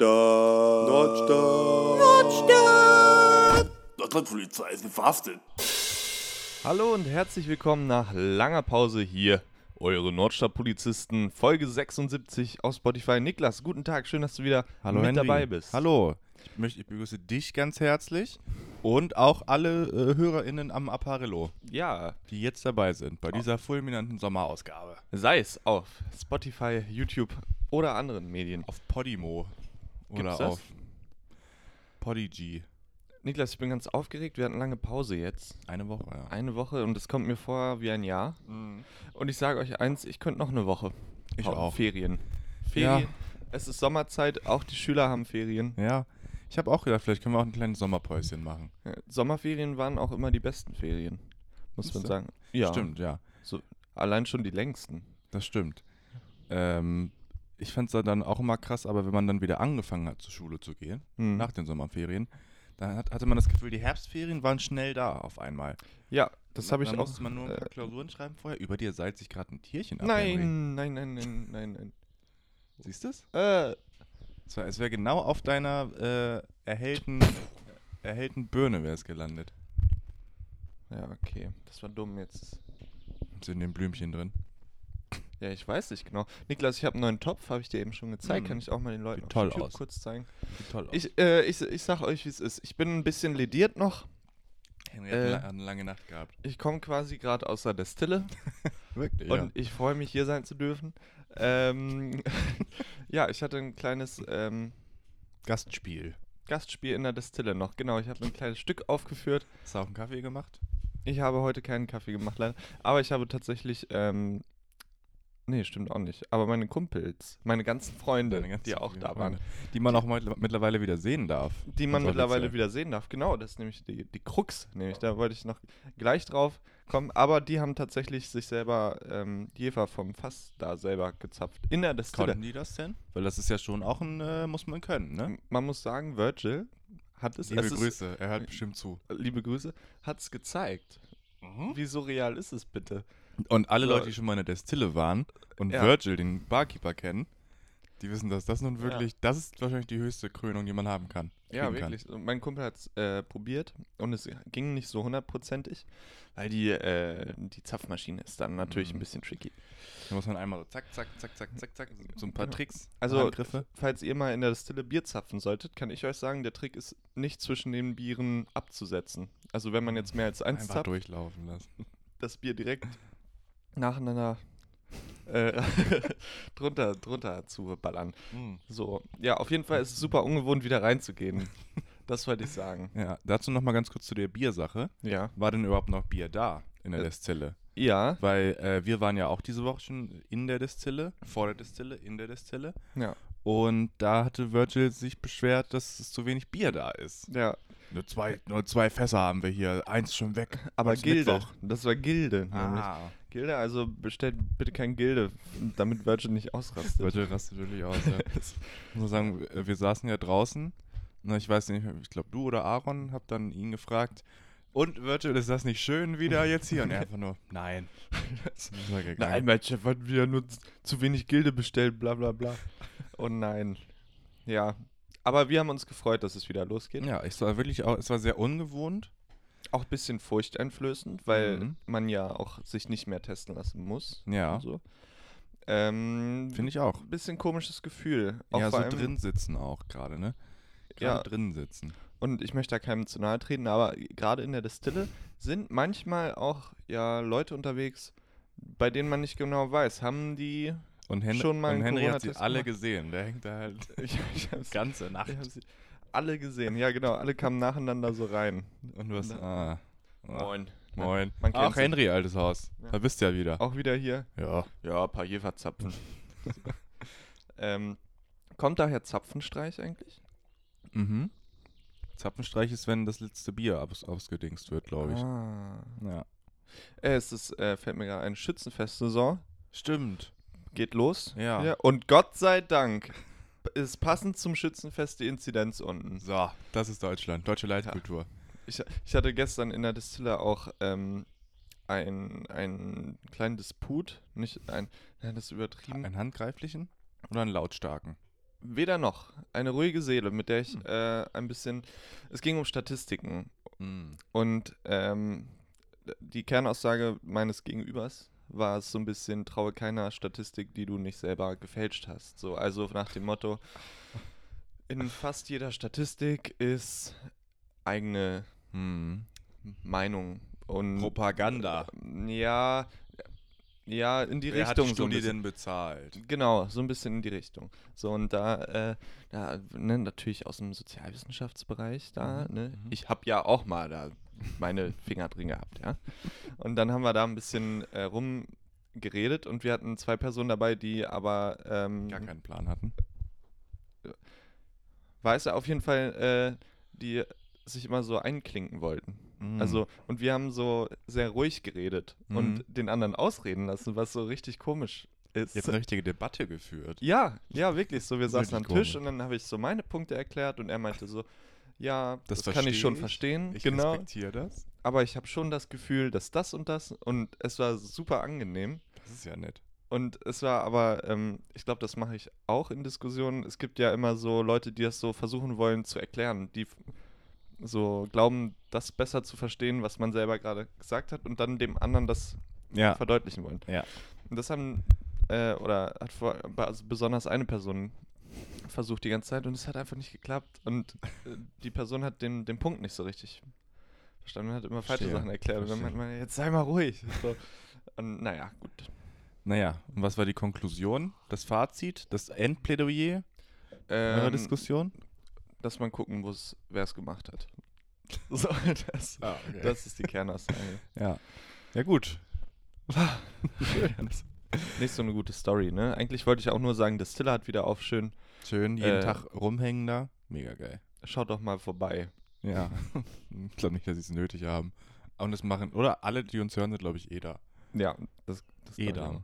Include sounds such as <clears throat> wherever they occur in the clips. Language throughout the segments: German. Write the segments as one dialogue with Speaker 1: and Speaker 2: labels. Speaker 1: Nordstadt. Nordstadt. Nordstadt. Nordstadtpolizei ist verhaftet.
Speaker 2: Hallo und herzlich willkommen nach langer Pause hier. Eure Nordstadtpolizisten, Folge 76 auf Spotify. Niklas, guten Tag, schön, dass du wieder
Speaker 3: Hallo
Speaker 2: mit
Speaker 3: Henry.
Speaker 2: dabei bist.
Speaker 3: Hallo. Ich, möchte, ich begrüße dich ganz herzlich und auch alle äh, HörerInnen am Apparello,
Speaker 2: Ja,
Speaker 3: die jetzt dabei sind
Speaker 2: Ah.
Speaker 3: bei dieser fulminanten Sommerausgabe.
Speaker 2: sei es auf Spotify, YouTube oder anderen Medien.
Speaker 3: Auf Podimo. Oder
Speaker 2: Gibt's das?
Speaker 3: auf Podigy.
Speaker 2: Niklas, ich bin ganz aufgeregt, wir hatten lange Pause jetzt.
Speaker 3: Eine Woche, ja.
Speaker 2: Eine Woche und es kommt mir vor wie ein Jahr. Und ich sage euch eins, ich könnte noch eine Woche.
Speaker 3: Mhm. Ich
Speaker 2: Pa-
Speaker 3: auch.
Speaker 2: Ferien.
Speaker 3: Ja.
Speaker 2: Ferien. Es ist Sommerzeit, auch die Schüler haben Ferien.
Speaker 3: Ja. Ich habe auch gedacht, vielleicht können wir auch ein kleines Sommerpäuschen machen.
Speaker 2: Ja, Sommerferien waren auch immer die besten Ferien, muss man
Speaker 3: Siehste?
Speaker 2: sagen. Ja,
Speaker 3: Stimmt, ja.
Speaker 2: So, allein schon die längsten.
Speaker 3: Das stimmt. Ähm, ich fand es dann auch immer krass, aber wenn man dann wieder angefangen hat, zur Schule zu gehen,
Speaker 2: Hm.
Speaker 3: nach den Sommerferien, dann hat, hatte man das Gefühl, die Herbstferien waren schnell da auf einmal.
Speaker 2: Ja, das habe ich
Speaker 3: dann
Speaker 2: auch.
Speaker 3: musste man nur ein paar
Speaker 2: äh,
Speaker 3: Klausuren schreiben vorher. Über dir seilt sich gerade ein Tierchen ab. Henry.
Speaker 2: nein, nein, nein,
Speaker 3: <laughs>
Speaker 2: nein, nein, nein.
Speaker 3: Siehst du es?
Speaker 2: Äh,
Speaker 3: So, es wäre genau auf deiner äh, erhellten, erhellten Birne wäre es gelandet.
Speaker 2: ja, okay. Das war dumm jetzt.
Speaker 3: Ist in dem Blümchen drin.
Speaker 2: Ja, ich weiß nicht genau. Niklas, ich habe einen neuen Topf, habe ich dir eben schon gezeigt.
Speaker 3: Hm.
Speaker 2: Kann ich auch mal den Leuten auf
Speaker 3: toll
Speaker 2: YouTube
Speaker 3: aus.
Speaker 2: kurz zeigen.
Speaker 3: Sieht toll aus.
Speaker 2: Ich, äh, ich, ich sag euch, wie es ist. Ich bin ein bisschen lediert noch.
Speaker 3: Henry
Speaker 2: äh,
Speaker 3: hat la- eine lange Nacht gehabt.
Speaker 2: Ich komme quasi gerade aus der Destille.
Speaker 3: Wirklich?
Speaker 2: Und ich freue mich, hier sein zu dürfen. Ähm, <laughs> ja, ich hatte ein kleines ähm,
Speaker 3: Gastspiel.
Speaker 2: Gastspiel in der Destille noch. Genau, ich habe ein kleines Stück aufgeführt.
Speaker 3: Hast du auch einen Kaffee gemacht?
Speaker 2: Ich habe heute keinen Kaffee gemacht, leider. Aber ich habe tatsächlich. Ähm, nee, stimmt auch nicht. Aber meine Kumpels, meine ganzen Freunde,
Speaker 3: Deine ganzen
Speaker 2: die auch da waren,
Speaker 3: Freunde. Die man auch mittl- mittlerweile wieder sehen darf.
Speaker 2: die man
Speaker 3: Ganz
Speaker 2: mittlerweile
Speaker 3: offiziell.
Speaker 2: wieder sehen darf. Genau, das ist nämlich die, die Krux. Nämlich, da wollte ich noch gleich drauf kommen. Aber die haben tatsächlich sich selber ähm, die Hefer vom Fass da selber gezapft. In der Destille.
Speaker 3: Konnten die das denn? Weil das ist ja schon auch ein, äh, muss man können, ne?
Speaker 2: Man muss sagen, Virgil hat es, es
Speaker 3: Grüße, er hört bestimmt zu.
Speaker 2: Ist, liebe Grüße, hat es gezeigt.
Speaker 3: Mhm.
Speaker 2: Wie surreal ist es bitte?
Speaker 3: Und alle
Speaker 2: So.
Speaker 3: Leute, die schon mal in der Destille waren und
Speaker 2: Ja.
Speaker 3: Virgil, den Barkeeper, kennen, die wissen, dass das nun wirklich, das ist wahrscheinlich die höchste Krönung, die man haben kann.
Speaker 2: Ja,
Speaker 3: kriegen
Speaker 2: wirklich. Und Mein Kumpel hat es äh, probiert und es ging nicht so hundertprozentig, weil die, äh, die Zapfmaschine ist dann natürlich
Speaker 3: Mhm.
Speaker 2: ein bisschen tricky.
Speaker 3: Kann. Da muss man einmal so zack, zack, zack, zack, zack, zack, so ein paar
Speaker 2: Genau.
Speaker 3: Tricks,
Speaker 2: Also,
Speaker 3: Handgriffe.
Speaker 2: Falls ihr mal in der Distille Bier zapfen solltet, kann ich euch sagen, der Trick ist nicht zwischen den Bieren abzusetzen. Also wenn man jetzt mehr als eins
Speaker 3: einfach
Speaker 2: zapft,
Speaker 3: durchlaufen lassen.
Speaker 2: das Bier direkt nacheinander äh, <laughs> drunter, drunter zu ballern.
Speaker 3: Mhm.
Speaker 2: So, ja, auf jeden Fall ist es super ungewohnt, wieder reinzugehen. Das wollte ich sagen.
Speaker 3: Ja, dazu nochmal ganz kurz zu der Biersache.
Speaker 2: Ja.
Speaker 3: War denn überhaupt noch Bier da in der
Speaker 2: Äh.
Speaker 3: Destille?
Speaker 2: Ja.
Speaker 3: Weil äh, wir waren ja auch diese Woche schon in der Destille, vor der Destille, in der Destille.
Speaker 2: Ja.
Speaker 3: Und da hatte Virgil sich beschwert, dass es zu wenig Bier da ist.
Speaker 2: Ja.
Speaker 3: Nur zwei, nur zwei Fässer haben wir hier, eins schon weg.
Speaker 2: Aber
Speaker 3: Heute ist
Speaker 2: Gilde.
Speaker 3: Mittwoch.
Speaker 2: Das war Gilde. nämlich.
Speaker 3: Ah.
Speaker 2: Gilde, also bestellt bitte kein Gilde, damit Virgin nicht ausrastet.
Speaker 3: Virgil rastet wirklich aus. Ja. Ich muss sagen, wir- wir saßen ja draußen. Na, ich weiß nicht, ich glaube, du oder Aaron habt dann ihn gefragt. Und Virgil, ist das nicht schön <laughs> wieder jetzt hier? Und er einfach nur, nein. <laughs> Ist er gegangen.
Speaker 2: Nein, mein Chef hat wieder nur z- zu wenig Gilde bestellt, bla bla bla. Oh nein. Ja. Aber wir haben uns gefreut, dass es wieder losgeht.
Speaker 3: Ja, ich war wirklich auch, es war sehr ungewohnt.
Speaker 2: Auch ein bisschen furchteinflößend, weil
Speaker 3: Mhm.
Speaker 2: man ja auch sich nicht mehr testen lassen muss.
Speaker 3: Ja,
Speaker 2: und So. Ähm,
Speaker 3: finde ich auch.
Speaker 2: ein bisschen komisches Gefühl. Auch
Speaker 3: Ja,
Speaker 2: vor
Speaker 3: so
Speaker 2: allem-
Speaker 3: drin sitzen auch gerade, ne? Gerade
Speaker 2: Ja.
Speaker 3: drin sitzen.
Speaker 2: Und ich möchte da keinem zu nahe treten, aber gerade in der Distille sind manchmal auch ja Leute unterwegs, bei denen man nicht genau weiß, haben die. <laughs>
Speaker 3: Und, Hen
Speaker 2: Schon mal
Speaker 3: und
Speaker 2: einen
Speaker 3: Henry hat sie
Speaker 2: Corona-Test
Speaker 3: alle
Speaker 2: gemacht?
Speaker 3: gesehen. Der hängt da halt
Speaker 2: Ich, ich hab's,
Speaker 3: ganze Nacht.
Speaker 2: ich hab's alle gesehen. Ja, genau, alle kamen nacheinander so rein.
Speaker 3: Und du hast. Ah, ah, Moin.
Speaker 2: Moin. Man kennt
Speaker 3: Ach,
Speaker 2: sich.
Speaker 3: Henry, altes Haus.
Speaker 2: Ja.
Speaker 3: Da bist du ja wieder.
Speaker 2: Auch wieder hier.
Speaker 3: Ja.
Speaker 2: Ja, ein paar Jeverzapfen. <laughs> ähm, kommt daher Zapfenstreich eigentlich?
Speaker 3: Mhm. Zappenstreich ist, wenn das letzte Bier aus ausgedingst wird, glaube ich.
Speaker 2: Ah.
Speaker 3: Ja.
Speaker 2: Äh, es ist, äh, fällt mir gerade ein, Schützenfest-Saison.
Speaker 3: Stimmt.
Speaker 2: geht los.
Speaker 3: Ja.
Speaker 2: Und Gott sei Dank ist passend zum Schützenfest die Inzidenz unten.
Speaker 3: So, das ist Deutschland. Deutsche Leitkultur.
Speaker 2: Ich, ich hatte gestern in der Distille auch ähm, ein- einen kleinen Disput, nicht ein, ja, das ist übertrieben.
Speaker 3: Einen handgreiflichen oder einen lautstarken?
Speaker 2: Weder noch. Eine ruhige Seele, mit der ich äh, ein bisschen. Es ging um Statistiken.
Speaker 3: Mhm.
Speaker 2: Und ähm, die Kernaussage meines Gegenübers war es so ein bisschen, traue keiner Statistik, die du nicht selber gefälscht hast. So, also nach dem Motto, in fast jeder Statistik ist eigene
Speaker 3: Mhm.
Speaker 2: Meinung und äh,
Speaker 3: Propaganda.
Speaker 2: ja, ja, in die
Speaker 3: Wer
Speaker 2: Richtung
Speaker 3: hat die
Speaker 2: so ein
Speaker 3: Studie
Speaker 2: bisschen.
Speaker 3: denn bezahlt?
Speaker 2: Genau, so ein bisschen in die Richtung. So, und da, äh, da ne, natürlich aus dem Sozialwissenschaftsbereich
Speaker 3: Mhm,
Speaker 2: da, ne? Ich habe ja auch mal da meine Finger drin gehabt, ja. Und dann haben wir da ein bisschen äh, rumgeredet und wir hatten zwei Personen dabei, die aber ähm,
Speaker 3: Gar keinen Plan hatten.
Speaker 2: weiße auf jeden Fall, äh, die sich immer so einklinken wollten.
Speaker 3: Mhm.
Speaker 2: Also, und wir haben so sehr ruhig geredet
Speaker 3: Mhm.
Speaker 2: und den anderen ausreden lassen, was so richtig komisch ist.
Speaker 3: Jetzt eine richtige Debatte geführt.
Speaker 2: Ja, ja, wirklich. So, wir
Speaker 3: Das ist
Speaker 2: saßen am
Speaker 3: wirklich
Speaker 2: Tisch
Speaker 3: komisch.
Speaker 2: und dann habe ich so meine Punkte erklärt und er meinte so, ja,
Speaker 3: Das
Speaker 2: das, kann
Speaker 3: verstehe
Speaker 2: ich schon
Speaker 3: ich.
Speaker 2: verstehen,
Speaker 3: Ich
Speaker 2: genau.
Speaker 3: respektiere das.
Speaker 2: Aber ich habe schon das Gefühl, dass das und das und es war super angenehm.
Speaker 3: Das ist ja nett.
Speaker 2: Und es war aber, ähm, ich glaube, das mache ich auch in Diskussionen. Es gibt ja immer so Leute, die das so versuchen wollen zu erklären, die f- so glauben, das besser zu verstehen, was man selber gerade gesagt hat und dann dem anderen das
Speaker 3: Ja.
Speaker 2: verdeutlichen wollen.
Speaker 3: Ja.
Speaker 2: Und das haben, äh, oder hat vor, also besonders eine Person versucht die ganze Zeit und es hat einfach nicht geklappt. Und äh, die Person hat den, den Punkt nicht so richtig verstanden und hat immer falsche
Speaker 3: Verstehe,
Speaker 2: Sachen erklärt. Und dann
Speaker 3: verstehe.
Speaker 2: meint man, jetzt sei mal ruhig. So. Und naja, gut.
Speaker 3: Naja, und was war die Konklusion? Das Fazit? Das Endplädoyer eurer
Speaker 2: Ähm,
Speaker 3: Diskussion?
Speaker 2: dass man gucken muss, wer es gemacht hat. <laughs> So, das,
Speaker 3: Ah, okay.
Speaker 2: das ist die Kernaussage.
Speaker 3: Ja. Ja, gut.
Speaker 2: nicht so eine gute Story, ne? Eigentlich wollte ich auch nur sagen, der Stiller hat wieder auf, schön.
Speaker 3: Schön, jeden
Speaker 2: Äh,
Speaker 3: Tag rumhängen da. Mega geil.
Speaker 2: Schaut doch mal vorbei.
Speaker 3: Ja. <laughs> ich glaube nicht, dass sie es nötig haben. Und das machen, oder alle, die uns hören, sind, glaube ich, eh da.
Speaker 2: Ja, das, das
Speaker 3: Eh
Speaker 2: glaub ich
Speaker 3: da.
Speaker 2: auch.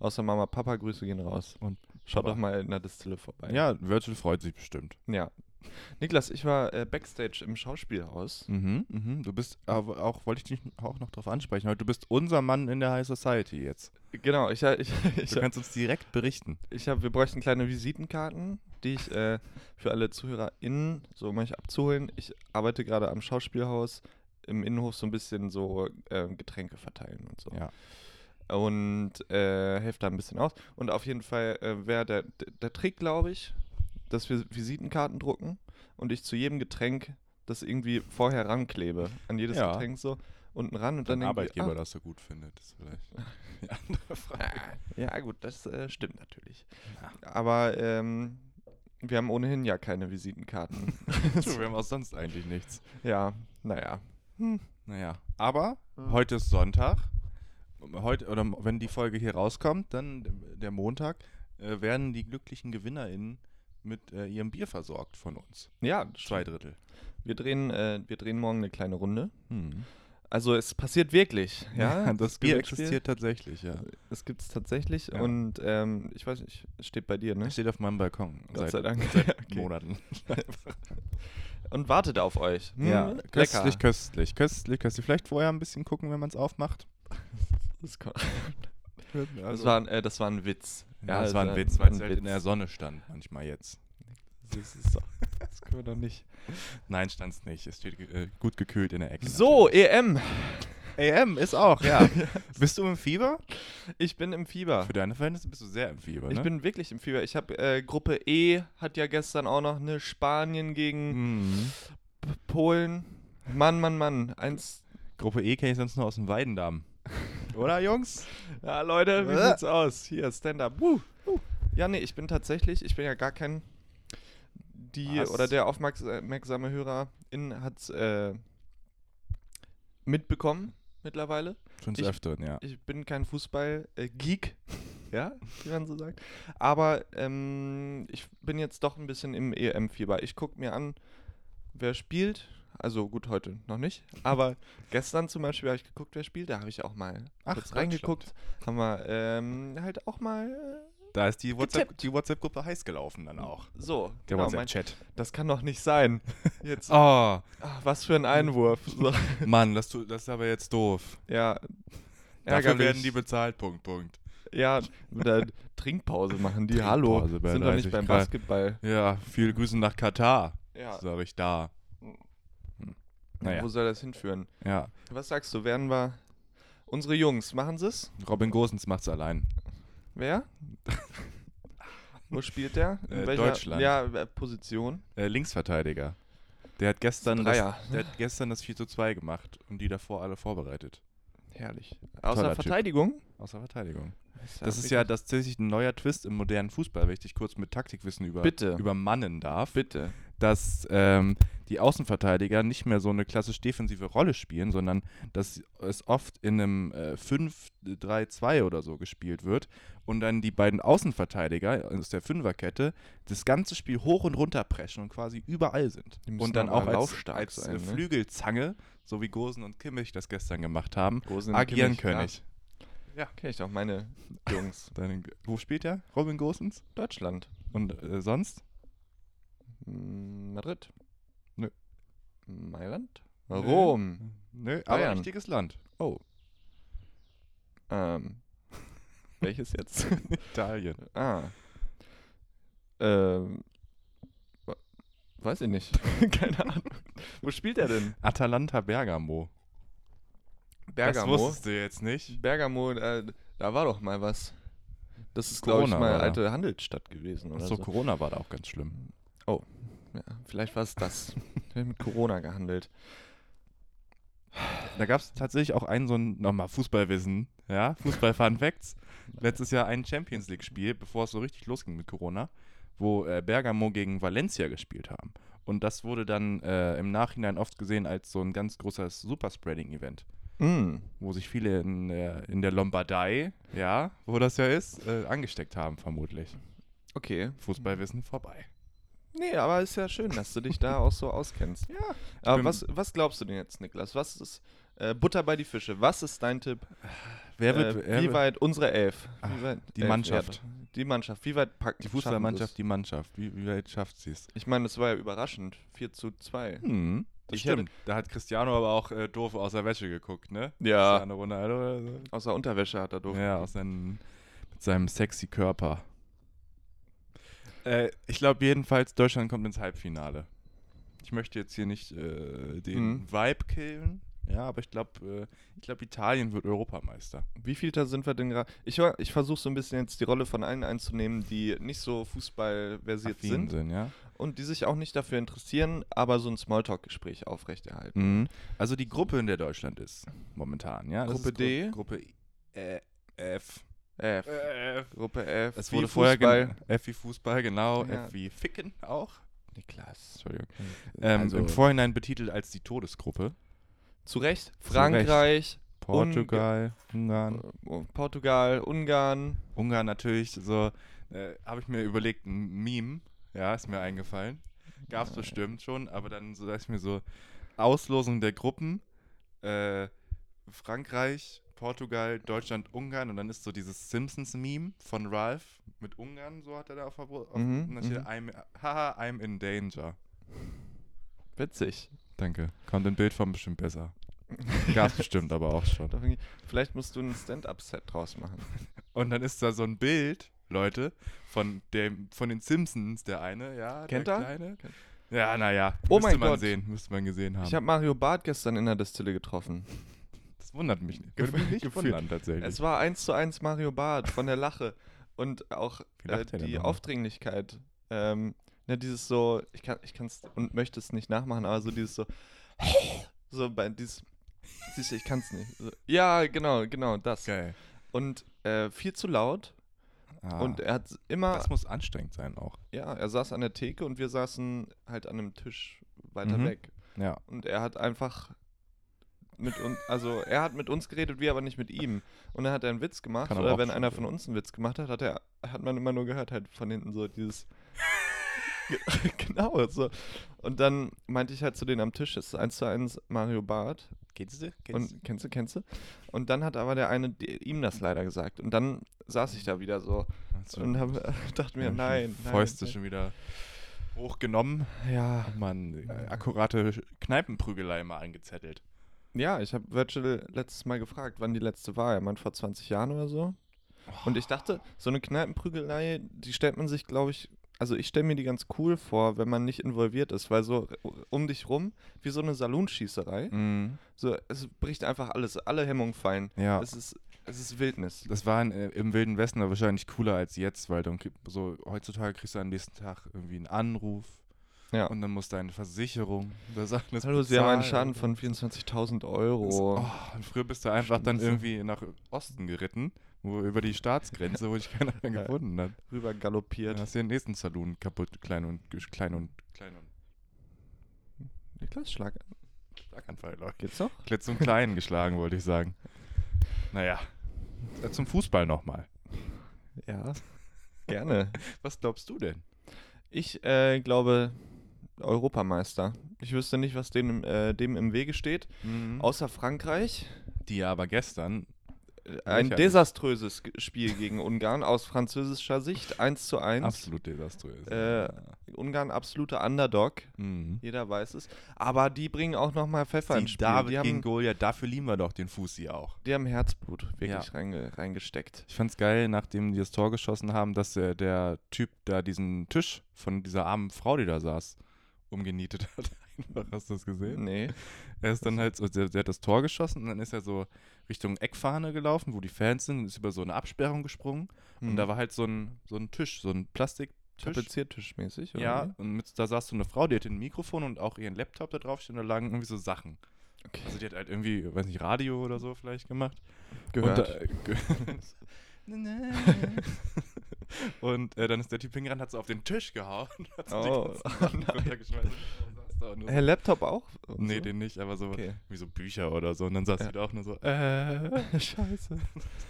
Speaker 2: Außer Mama, Papa, Grüße gehen raus.
Speaker 3: Und
Speaker 2: Schaut
Speaker 3: Papa.
Speaker 2: doch mal in der Distille vorbei.
Speaker 3: Ja, Virgil freut sich bestimmt.
Speaker 2: Ja. Niklas, ich war äh, Backstage im Schauspielhaus.
Speaker 3: Mhm, mhm. Du bist, aber auch, wollte ich dich auch noch drauf ansprechen, heute, du bist unser Mann in der High Society jetzt.
Speaker 2: Genau, ich, ich, ich,
Speaker 3: Hm. Du kannst uns direkt berichten.
Speaker 2: ich hab, wir bräuchten kleine Visitenkarten, die ich äh, für alle ZuhörerInnen, so um euch abzuholen. Ich arbeite gerade am Schauspielhaus im Innenhof so ein bisschen so ähm, Getränke verteilen und so.
Speaker 3: Ja.
Speaker 2: Und äh, helft da ein bisschen aus. Und auf jeden Fall äh, wäre der, der der Trick, glaube ich, dass wir Visitenkarten drucken und ich zu jedem Getränk das irgendwie vorher ranklebe. An jedes
Speaker 3: Ja.
Speaker 2: Getränk so unten ran und dann
Speaker 3: Dein
Speaker 2: irgendwie,
Speaker 3: Arbeitgeber
Speaker 2: ah,
Speaker 3: das so gut findet, ist <laughs> vielleicht die andere Frage.
Speaker 2: ja, gut, das äh, stimmt natürlich. Aber ähm, wir haben ohnehin ja keine
Speaker 3: <laughs>
Speaker 2: Visitenkarten.
Speaker 3: du, wir haben auch sonst eigentlich nichts.
Speaker 2: ja, naja.
Speaker 3: Naja, aber heute ist Sonntag. Heute, oder m- wenn die Folge hier rauskommt, dann d- der Montag, äh, werden die glücklichen GewinnerInnen mit äh, ihrem Bier versorgt von uns.
Speaker 2: Ja,
Speaker 3: Zwei Drittel.
Speaker 2: wir drehen, äh, wir drehen morgen eine kleine Runde.
Speaker 3: Hm.
Speaker 2: Also es passiert wirklich,
Speaker 3: <laughs>
Speaker 2: ja.
Speaker 3: das Bier
Speaker 2: Gewinnspiel,
Speaker 3: existiert tatsächlich, ja.
Speaker 2: Es gibt es tatsächlich
Speaker 3: Ja.
Speaker 2: und ähm, ich weiß nicht, es steht bei dir, ne?
Speaker 3: Das steht auf meinem Balkon
Speaker 2: Gott
Speaker 3: seit
Speaker 2: sei Dank. <laughs> Okay.
Speaker 3: Monaten.
Speaker 2: Und wartet auf euch. Hm,
Speaker 3: köstlich,
Speaker 2: lecker.
Speaker 3: köstlich, köstlich, köstlich. Vielleicht vorher ein bisschen gucken, wenn man es aufmacht.
Speaker 2: Das,
Speaker 3: <laughs>
Speaker 2: ko- das, war, ein- äh, das war ein Witz.
Speaker 3: Also ja, das war ein
Speaker 2: also
Speaker 3: Witz, weil es halt
Speaker 2: Witz.
Speaker 3: in der Sonne stand, manchmal jetzt.
Speaker 2: Das ist
Speaker 3: <laughs>
Speaker 2: doch- das können wir doch nicht.
Speaker 3: Nein, stand es nicht. Es steht ge- äh, gut gekühlt in der Ecke.
Speaker 2: So, E EM.
Speaker 3: AM ist auch, ja. <laughs> Bist du im Fieber?
Speaker 2: Ich bin im Fieber.
Speaker 3: Für deine Verhältnisse bist du sehr im Fieber, ne?
Speaker 2: Ich bin wirklich im Fieber. Ich habe äh, Gruppe E hat ja gestern auch noch eine Spanien gegen
Speaker 3: Mhm.
Speaker 2: P- Polen. Mann, Mann, Mann. Eins.
Speaker 3: Gruppe E kenne ich sonst nur aus dem Weidendamm. Oder, Jungs?
Speaker 2: Ja, Leute, wie
Speaker 3: Äh.
Speaker 2: sieht's aus? Hier, Stand-up. Wuh, wuh. Ja, nee, ich bin tatsächlich, ich bin ja gar kein. Die
Speaker 3: Was?
Speaker 2: oder der aufmerksame Hörerin hat's äh, mitbekommen mittlerweile.
Speaker 3: Schon des
Speaker 2: Ich-
Speaker 3: Öfteren, ja.
Speaker 2: Ich bin kein Fußball-Geek, <laughs> ja, wie man so sagt. Aber ähm, ich bin jetzt doch ein bisschen im EM-Fieber. Ich gucke mir an, wer spielt. Also gut, heute noch nicht.
Speaker 3: <laughs>
Speaker 2: Aber gestern zum Beispiel habe ich geguckt, wer spielt. Da habe ich auch mal
Speaker 3: Ach,
Speaker 2: kurz
Speaker 3: Deutschland.
Speaker 2: reingeguckt. Haben wir ähm, halt auch mal äh,
Speaker 3: Da ist die WhatsApp-
Speaker 2: Getippt.
Speaker 3: die WhatsApp-Gruppe heiß gelaufen dann auch.
Speaker 2: so.
Speaker 3: Der
Speaker 2: genau, mein-
Speaker 3: WhatsApp-Chat.
Speaker 2: das kann doch nicht
Speaker 3: <laughs>
Speaker 2: sein. Jetzt,
Speaker 3: Oh,
Speaker 2: ach, was für ein Einwurf. So,
Speaker 3: Mann, das, tu, das ist aber jetzt doof.
Speaker 2: ja.
Speaker 3: <laughs> Dafür werden
Speaker 2: ärgerlich.
Speaker 3: die bezahlt, Punkt, Punkt.
Speaker 2: Ja, mit der Trinkpause machen die. Hallo,
Speaker 3: Trinkpause bei
Speaker 2: sind doch nicht
Speaker 3: 30
Speaker 2: beim
Speaker 3: Grad.
Speaker 2: Basketball.
Speaker 3: Ja, viel Grüße nach Katar,
Speaker 2: Ja.
Speaker 3: sage ich da. Hm. Naja,
Speaker 2: Wo soll das hinführen?
Speaker 3: ja.
Speaker 2: Was sagst du, werden wir unsere Jungs, machen sie es?
Speaker 3: Robin Gosens macht's allein.
Speaker 2: Wer?
Speaker 3: <laughs>
Speaker 2: Wo spielt der?
Speaker 3: Äh, Deutschland.
Speaker 2: Ja, äh, Position.
Speaker 3: Äh, Linksverteidiger. Der hat gestern
Speaker 2: Dreier,
Speaker 3: das, der hat gestern das 4 zu 2 gemacht und die davor alle vorbereitet.
Speaker 2: Herrlich. Außer
Speaker 3: Toller Typ.
Speaker 2: Verteidigung?
Speaker 3: Außer Verteidigung. Das ist ja das ist tatsächlich ein neuer Twist im modernen Fußball, wenn ich dich kurz mit Taktikwissen über,
Speaker 2: Bitte.
Speaker 3: übermannen darf.
Speaker 2: Bitte.
Speaker 3: dass ähm, die Außenverteidiger nicht mehr so eine klassisch defensive Rolle spielen, sondern dass es oft in einem äh, 5-3-2 oder so gespielt wird und dann die beiden Außenverteidiger aus der Fünferkette das ganze Spiel hoch und runter preschen und quasi überall sind.
Speaker 2: Die müssen
Speaker 3: Und dann
Speaker 2: aber
Speaker 3: auch als,
Speaker 2: laufstark
Speaker 3: als
Speaker 2: sein,
Speaker 3: äh,
Speaker 2: ne?
Speaker 3: Flügelzange, so wie Gosen und Kimmich das gestern gemacht haben,
Speaker 2: Gosen und
Speaker 3: agieren
Speaker 2: Kimmich,
Speaker 3: können.
Speaker 2: ja. Kenn Ah, ich doch, meine
Speaker 3: <laughs>
Speaker 2: Jungs.
Speaker 3: Dann, wo spielt er? Robin Gosens?
Speaker 2: Deutschland.
Speaker 3: Und äh, sonst?
Speaker 2: Mm, Madrid.
Speaker 3: Nö.
Speaker 2: Mailand. Rom.
Speaker 3: Nö, aber
Speaker 2: Hm. Bayern.
Speaker 3: richtiges Land.
Speaker 2: Oh.
Speaker 3: <laughs>
Speaker 2: Ähm. Welches jetzt? <laughs>
Speaker 3: Italien.
Speaker 2: ah. Ähm. wa- Weiß ich nicht. <laughs> Keine Ahnung. Wo spielt er denn?
Speaker 3: Atalanta Bergamo. Das
Speaker 2: Bergamo.
Speaker 3: wusstest du jetzt nicht.
Speaker 2: Bergamo, äh, da war doch mal was. Das ist, glaube ich,
Speaker 3: Corona war
Speaker 2: mal
Speaker 3: da.
Speaker 2: alte Handelsstadt gewesen oder
Speaker 3: Achso,
Speaker 2: so.
Speaker 3: Corona war da auch ganz schlimm.
Speaker 2: Ja, vielleicht war es das. <laughs> Wir haben mit Corona gehandelt.
Speaker 3: Da gab es tatsächlich auch einen so ein, nochmal Fußballwissen, ja, Fußball-Fun Facts. Letztes Jahr ein Champions League-Spiel, bevor es so richtig losging mit Corona, wo äh, Bergamo gegen Valencia gespielt haben. Und das wurde dann äh, im Nachhinein oft gesehen als so ein ganz großes Superspreading-Event,
Speaker 2: Mm.
Speaker 3: wo sich viele in, der- in der Lombardei, ja, wo das ja ist, äh, angesteckt haben, vermutlich.
Speaker 2: Okay.
Speaker 3: Fußballwissen vorbei.
Speaker 2: Nee, aber ist ja schön, dass du dich da auch so auskennst. Ja. Aber
Speaker 3: bin-
Speaker 2: was, was glaubst du denn jetzt, Niklas? Was ist äh, Butter bei die Fische? Was ist dein Tipp?
Speaker 3: Wer
Speaker 2: äh, wie weit unsere Elf? Wie weit,
Speaker 3: die
Speaker 2: Elf,
Speaker 3: Mannschaft.
Speaker 2: Ja, die Mannschaft. Wie weit packt
Speaker 3: die Fußballmannschaft, die Mannschaft, wie, wie weit schafft sie es?
Speaker 2: Ich meine, das war ja überraschend. 4 zu 2.
Speaker 3: Hm, das
Speaker 2: Ich
Speaker 3: stimmt. da hat Cristiano aber auch äh, doof aus der Wäsche geguckt, ne?
Speaker 2: Ja.
Speaker 3: Cristiano Ronaldo oder so.
Speaker 2: Außer Unterwäsche hat er doof.
Speaker 3: Ja, aus seinem, mit seinem sexy Körper. Äh, ich glaube jedenfalls, Deutschland kommt ins Halbfinale. Ich möchte jetzt hier nicht äh, den
Speaker 2: Mhm.
Speaker 3: Vibe killen, ja, aber ich glaube, äh, ich glaube, Italien wird Europameister.
Speaker 2: Wie viel da sind wir denn gerade? Ich, hör- ich versuche so ein bisschen jetzt die Rolle von allen einzunehmen, die nicht so fußballversiert
Speaker 3: Affin
Speaker 2: sind
Speaker 3: sind, ja.
Speaker 2: und die sich auch nicht dafür interessieren, aber so ein Smalltalk-Gespräch aufrechterhalten.
Speaker 3: Mhm. Also die Gruppe, in der Deutschland ist momentan, ja. das
Speaker 2: Gruppe
Speaker 3: ist Gru-
Speaker 2: D?
Speaker 3: Gruppe äh, F.
Speaker 2: F.
Speaker 3: F.
Speaker 2: Gruppe F.
Speaker 3: Es
Speaker 2: wie
Speaker 3: wurde vorher gen-
Speaker 2: Fußball.
Speaker 3: F wie Fußball, genau,
Speaker 2: Ja.
Speaker 3: F wie Ficken auch.
Speaker 2: Niklas.
Speaker 3: Entschuldigung. Ähm,
Speaker 2: Also-
Speaker 3: Im Vorhinein betitelt als die Todesgruppe.
Speaker 2: Zu Recht.
Speaker 3: Zu
Speaker 2: Frankreich,
Speaker 3: Portugal, Ungarn.
Speaker 2: äh, Portugal, Ungarn.
Speaker 3: Ungarn natürlich, so äh, habe ich mir überlegt, ein Meme, ja, ist mir eingefallen. Gab es bestimmt schon, aber dann so dachte ich mir so, Auslosung der Gruppen, äh, Frankreich, Portugal, Deutschland, Ungarn und dann ist so dieses Simpsons-Meme von Ralph mit Ungarn, so hat er da auf, der Bru- auf
Speaker 2: Mhm,
Speaker 3: und dann steht
Speaker 2: mhm.
Speaker 3: I'm, haha, I'm in danger.
Speaker 2: Witzig.
Speaker 3: Danke. Kommt in Bildform bestimmt besser.
Speaker 2: <laughs>
Speaker 3: Gab bestimmt aber auch schon.
Speaker 2: Doch irgendwie- Vielleicht musst du ein Stand-Up-Set draus machen.
Speaker 3: Und dann ist da so ein Bild, Leute, von dem, von den Simpsons, der eine, ja.
Speaker 2: Kennt
Speaker 3: der
Speaker 2: er?
Speaker 3: Kleine. Ja, naja.
Speaker 2: Oh
Speaker 3: müsste
Speaker 2: mein
Speaker 3: man
Speaker 2: Gott.
Speaker 3: sehen, müsste man gesehen haben.
Speaker 2: Ich habe Mario Barth gestern in der Distille getroffen.
Speaker 3: das wundert mich nicht. Würde <laughs> mich nicht
Speaker 2: Gefühl-
Speaker 3: wundern, tatsächlich.
Speaker 2: Es war eins zu eins Mario Barth von der Lache und auch
Speaker 3: Wie
Speaker 2: äh,
Speaker 3: lacht er denn
Speaker 2: die
Speaker 3: nochmal?
Speaker 2: Aufdringlichkeit. Ähm, ne, dieses so, ich kann, ich kann's und möchte es nicht nachmachen, aber so dieses so, <laughs> so bei dieses, siehst du, ich kann's nicht. So, ja, genau, genau das.
Speaker 3: Geil.
Speaker 2: Und äh, viel zu laut
Speaker 3: Ah,
Speaker 2: und er hat immer,
Speaker 3: das muss anstrengend sein auch.
Speaker 2: ja, er saß an der Theke und wir saßen halt an einem Tisch weiter
Speaker 3: Mhm.
Speaker 2: weg
Speaker 3: Ja.
Speaker 2: und er hat einfach mit uns, also er hat mit uns geredet, wir aber nicht mit ihm. Und dann hat er einen Witz gemacht,
Speaker 3: Kann aber
Speaker 2: oder
Speaker 3: auch
Speaker 2: wenn
Speaker 3: schon
Speaker 2: einer
Speaker 3: sein.
Speaker 2: von uns einen Witz gemacht hat, hat, er, hat man immer nur gehört, halt von hinten so <laughs> dieses. genau, so. Und dann meinte ich halt zu denen am Tisch, es ist eins zu eins Mario Barth.
Speaker 3: Geht's dir?
Speaker 2: Und kennst du, kennst du? Und dann hat aber der eine die, ihm das leider gesagt. Und dann saß ich da wieder so und hab, <laughs> dachte mir, nein, nein.
Speaker 3: Fäuste schon wieder hochgenommen.
Speaker 2: nein. Ja,
Speaker 3: Hat man äh, akkurate Kneipenprügelei mal angezettelt.
Speaker 2: Ja, ich habe Virgil letztes Mal gefragt, wann die letzte war. Er meint vor 20 Jahren oder so. Und ich dachte, so eine Kneipenprügelei, die stellt man sich, glaube ich, also ich stelle mir die ganz cool vor, wenn man nicht involviert ist, weil so um dich rum, wie so eine Salonschießerei,
Speaker 3: Mhm.
Speaker 2: so, es bricht einfach alles, alle Hemmungen fallen.
Speaker 3: Ja.
Speaker 2: Es ist, es ist Wildnis.
Speaker 3: Das war in, äh, im Wilden Westen aber wahrscheinlich cooler als jetzt, weil dann ki- so heutzutage kriegst du am nächsten Tag irgendwie einen Anruf
Speaker 2: Ja.
Speaker 3: und dann muss deine Versicherung oder Sachen das
Speaker 2: Hallo, Sie haben einen
Speaker 3: bezahlen.
Speaker 2: Schaden von 24.000
Speaker 3: Das-
Speaker 2: Euro.
Speaker 3: Oh, und früher bist du einfach dann
Speaker 2: Scheiße.
Speaker 3: irgendwie nach Osten geritten, wo über die Staatsgrenze, wo dich
Speaker 2: <laughs>
Speaker 3: keiner mehr
Speaker 2: Ja.
Speaker 3: gefunden hat.
Speaker 2: Rüber galoppiert.
Speaker 3: Dann hast du den nächsten Saloon kaputt, klein und gesch- klein und klein und
Speaker 2: Niklas, Schlag.
Speaker 3: Schlaganfall, Leute.
Speaker 2: Geht's noch?
Speaker 3: Klitz und klein geschlagen, wollte ich sagen. Naja. Äh, Zum Fußball nochmal. <laughs>
Speaker 2: Ja. Gerne.
Speaker 3: Was glaubst du denn?
Speaker 2: Ich äh, glaube, Europameister. Ich wüsste nicht, was dem, äh, dem im Wege steht. Außer Frankreich.
Speaker 3: Die ja aber gestern
Speaker 2: Ein
Speaker 3: Lächerlich.
Speaker 2: desaströses G- Spiel gegen Ungarn aus französischer Sicht. 1 zu 1.
Speaker 3: absolut desaströs.
Speaker 2: Äh, Ungarn absoluter Underdog.
Speaker 3: mhm.
Speaker 2: Jeder weiß es. Aber die bringen auch nochmal Pfeffer ins
Speaker 3: Die
Speaker 2: Spiel.
Speaker 3: David
Speaker 2: die,
Speaker 3: gegen
Speaker 2: haben,
Speaker 3: Goliath, dafür lieben wir doch den Fusi auch.
Speaker 2: die haben Herzblut wirklich
Speaker 3: Ja.
Speaker 2: reinge reingesteckt.
Speaker 3: Ich fand's geil, nachdem die das Tor geschossen haben, dass äh, der Typ da diesen Tisch von dieser armen Frau, die da saß, umgenietet <laughs> hat. Einfach, hast du das gesehen?
Speaker 2: Nee.
Speaker 3: Er ist dann halt, so, der, der hat das Tor geschossen und dann ist er so Richtung Eckfahne gelaufen, wo die Fans sind, und ist über so eine Absperrung gesprungen
Speaker 2: Hm.
Speaker 3: und da war halt so ein, so ein Tisch, so ein Plastiktisch.
Speaker 2: Tapeziertischmäßig, oder?
Speaker 3: Ja,
Speaker 2: wie?
Speaker 3: und mit, da saß so eine Frau, die hatte ein Mikrofon und auch ihren Laptop da drauf stehen, da lagen irgendwie so Sachen.
Speaker 2: Okay.
Speaker 3: Also die hat halt irgendwie, weiß nicht, Radio oder so vielleicht gemacht.
Speaker 2: Gehört.
Speaker 3: Und, äh, ge <laughs> und äh, dann ist der Typ hingerannt, hat so auf den Tisch gehauen. Hat so die
Speaker 2: Oh,
Speaker 3: ganzen
Speaker 2: oh
Speaker 3: Sachen <laughs>
Speaker 2: nein.
Speaker 3: runtergeschmissen. Und saß da und nur so-
Speaker 2: Herr Laptop auch? Und
Speaker 3: Nee,
Speaker 2: so?
Speaker 3: den nicht, aber so
Speaker 2: Okay.
Speaker 3: wie so Bücher oder so. Und dann saß
Speaker 2: Ja.
Speaker 3: sie da auch nur so, äh,
Speaker 2: <laughs>
Speaker 3: <laughs>
Speaker 2: Scheiße.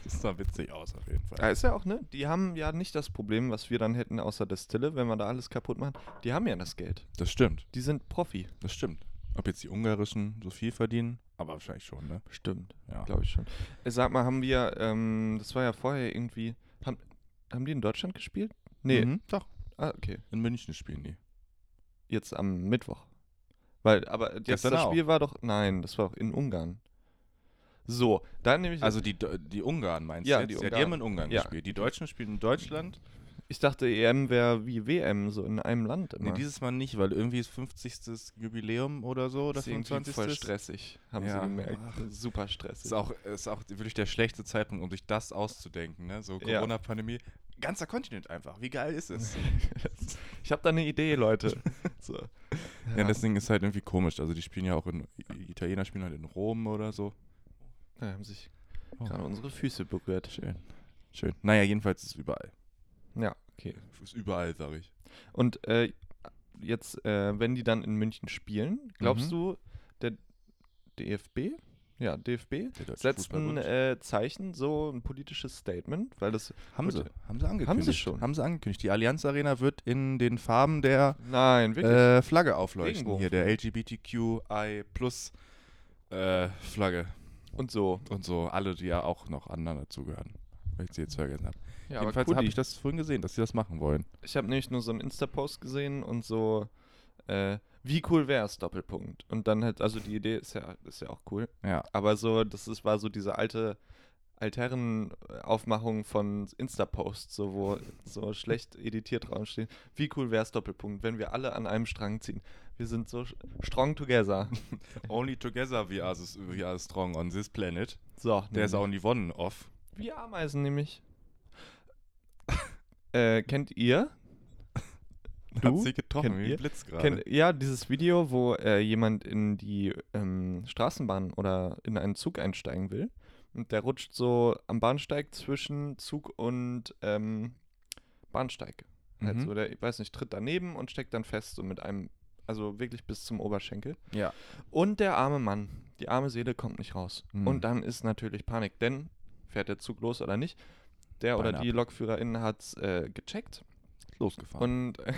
Speaker 3: das sah witzig aus auf jeden
Speaker 2: Ja,
Speaker 3: Fall.
Speaker 2: ist ja auch, ne? Die haben ja nicht das Problem, was wir dann hätten, außer Destille, wenn wir da alles kaputt machen. Die haben ja das Geld.
Speaker 3: Das stimmt,
Speaker 2: Die sind Profi.
Speaker 3: das stimmt. Ob jetzt die Ungarischen so viel verdienen, aber wahrscheinlich schon, ne?
Speaker 2: Bestimmt.
Speaker 3: Ja.
Speaker 2: Glaube ich schon. Äh, Sag mal, haben wir, ähm, das war ja vorher irgendwie, haben, haben die in Deutschland gespielt? Nee.
Speaker 3: Mhm, doch.
Speaker 2: Ah, okay.
Speaker 3: In München spielen die.
Speaker 2: Jetzt am Mittwoch. Weil, aber jetzt
Speaker 3: Gestern
Speaker 2: das
Speaker 3: auch.
Speaker 2: Spiel war doch, nein, das war doch in Ungarn. So, dann nehme ich,
Speaker 3: Also die, Do- die Ungarn meinst
Speaker 2: Ja,
Speaker 3: du? jetzt?
Speaker 2: die
Speaker 3: Ja, die
Speaker 2: Ungarn.
Speaker 3: haben in Ungarn
Speaker 2: Ja.
Speaker 3: gespielt. Die Deutschen spielen in Deutschland.
Speaker 2: ich dachte, EM wäre wie WM, so in einem Land immer.
Speaker 3: Nee, dieses Mal nicht, weil irgendwie ist 50. Jubiläum oder so oder
Speaker 2: das ist irgendwie
Speaker 3: 25.
Speaker 2: voll stressig, haben sie
Speaker 3: Ja.
Speaker 2: gemerkt.
Speaker 3: Ach.
Speaker 2: Super stressig.
Speaker 3: Ist auch, ist auch wirklich der schlechte Zeitpunkt, um sich das auszudenken, ne? So
Speaker 2: Ja.
Speaker 3: Corona-Pandemie. Ganzer Kontinent einfach. Wie geil ist es?
Speaker 2: Ich habe da eine Idee, <laughs> Leute. So.
Speaker 3: ja, deswegen ist halt irgendwie komisch. Also die spielen ja auch in die Italiener spielen halt in Rom oder so.
Speaker 2: Da haben sich
Speaker 3: Oh.
Speaker 2: gerade unsere Füße berührt.
Speaker 3: Schön. Schön. Naja, jedenfalls ist es überall.
Speaker 2: Ja, okay.
Speaker 3: Ist überall, sag ich.
Speaker 2: Und äh, jetzt, äh, wenn die dann in München spielen, glaubst
Speaker 3: Mhm.
Speaker 2: du, der DFB, ja, DFB,
Speaker 3: Der deutsche
Speaker 2: setzt ein
Speaker 3: Fußballbund.
Speaker 2: äh, Zeichen, so ein politisches Statement, weil das,
Speaker 3: Haben sie,
Speaker 2: Gut.
Speaker 3: haben sie angekündigt.
Speaker 2: schon?
Speaker 3: Haben sie angekündigt. Die Allianz Arena wird in den Farben der
Speaker 2: nein, wirklich,
Speaker 3: äh, Flagge aufleuchten.
Speaker 2: Regenbogen.
Speaker 3: Hier der LGBTQI plus äh, Flagge
Speaker 2: und so.
Speaker 3: und so. Alle, die ja auch noch anderen dazugehören. Weil ich sie jetzt vergessen habe.
Speaker 2: Ja, aber
Speaker 3: Jedenfalls
Speaker 2: cool,
Speaker 3: habe
Speaker 2: die-
Speaker 3: ich das vorhin gesehen, dass sie das machen wollen.
Speaker 2: Ich habe nämlich nur so einen Insta-Post gesehen und so, äh, wie cool wär's, Doppelpunkt. Und dann halt, also die Idee ist ja, ist ja auch cool.
Speaker 3: Ja.
Speaker 2: Aber so, das ist, war so diese alte Altherren-Aufmachung von Insta-Posts, so, wo so schlecht editiert draufsteht. Wie cool wär's, Doppelpunkt, wenn wir alle an einem Strang ziehen. Wir sind so sch- strong together.
Speaker 3: Only together we are, we are strong on this planet.
Speaker 2: So,
Speaker 3: There's only one off.
Speaker 2: Wie Ameisen nämlich. <laughs> äh, kennt ihr?
Speaker 3: Du? Hat sie getroffen,
Speaker 2: Kennt
Speaker 3: wie ein
Speaker 2: ihr?
Speaker 3: Blitz gerade.
Speaker 2: Kennt, ja, dieses Video, wo äh, jemand in die ähm, Straßenbahn oder in einen Zug einsteigen will. Und der rutscht so am Bahnsteig zwischen Zug und ähm, Bahnsteig. Halt
Speaker 3: Mhm.
Speaker 2: so, der, ich weiß nicht, tritt daneben und steckt dann fest, so mit einem, also wirklich bis zum Oberschenkel.
Speaker 3: Ja.
Speaker 2: Und der arme Mann, die arme Seele kommt nicht raus.
Speaker 3: Mhm.
Speaker 2: Und dann ist natürlich Panik, denn fährt der Zug los oder nicht? Der oder
Speaker 3: Bein
Speaker 2: die Lokführerin hat es äh, gecheckt
Speaker 3: Losgefahren.
Speaker 2: und <laughs> äh,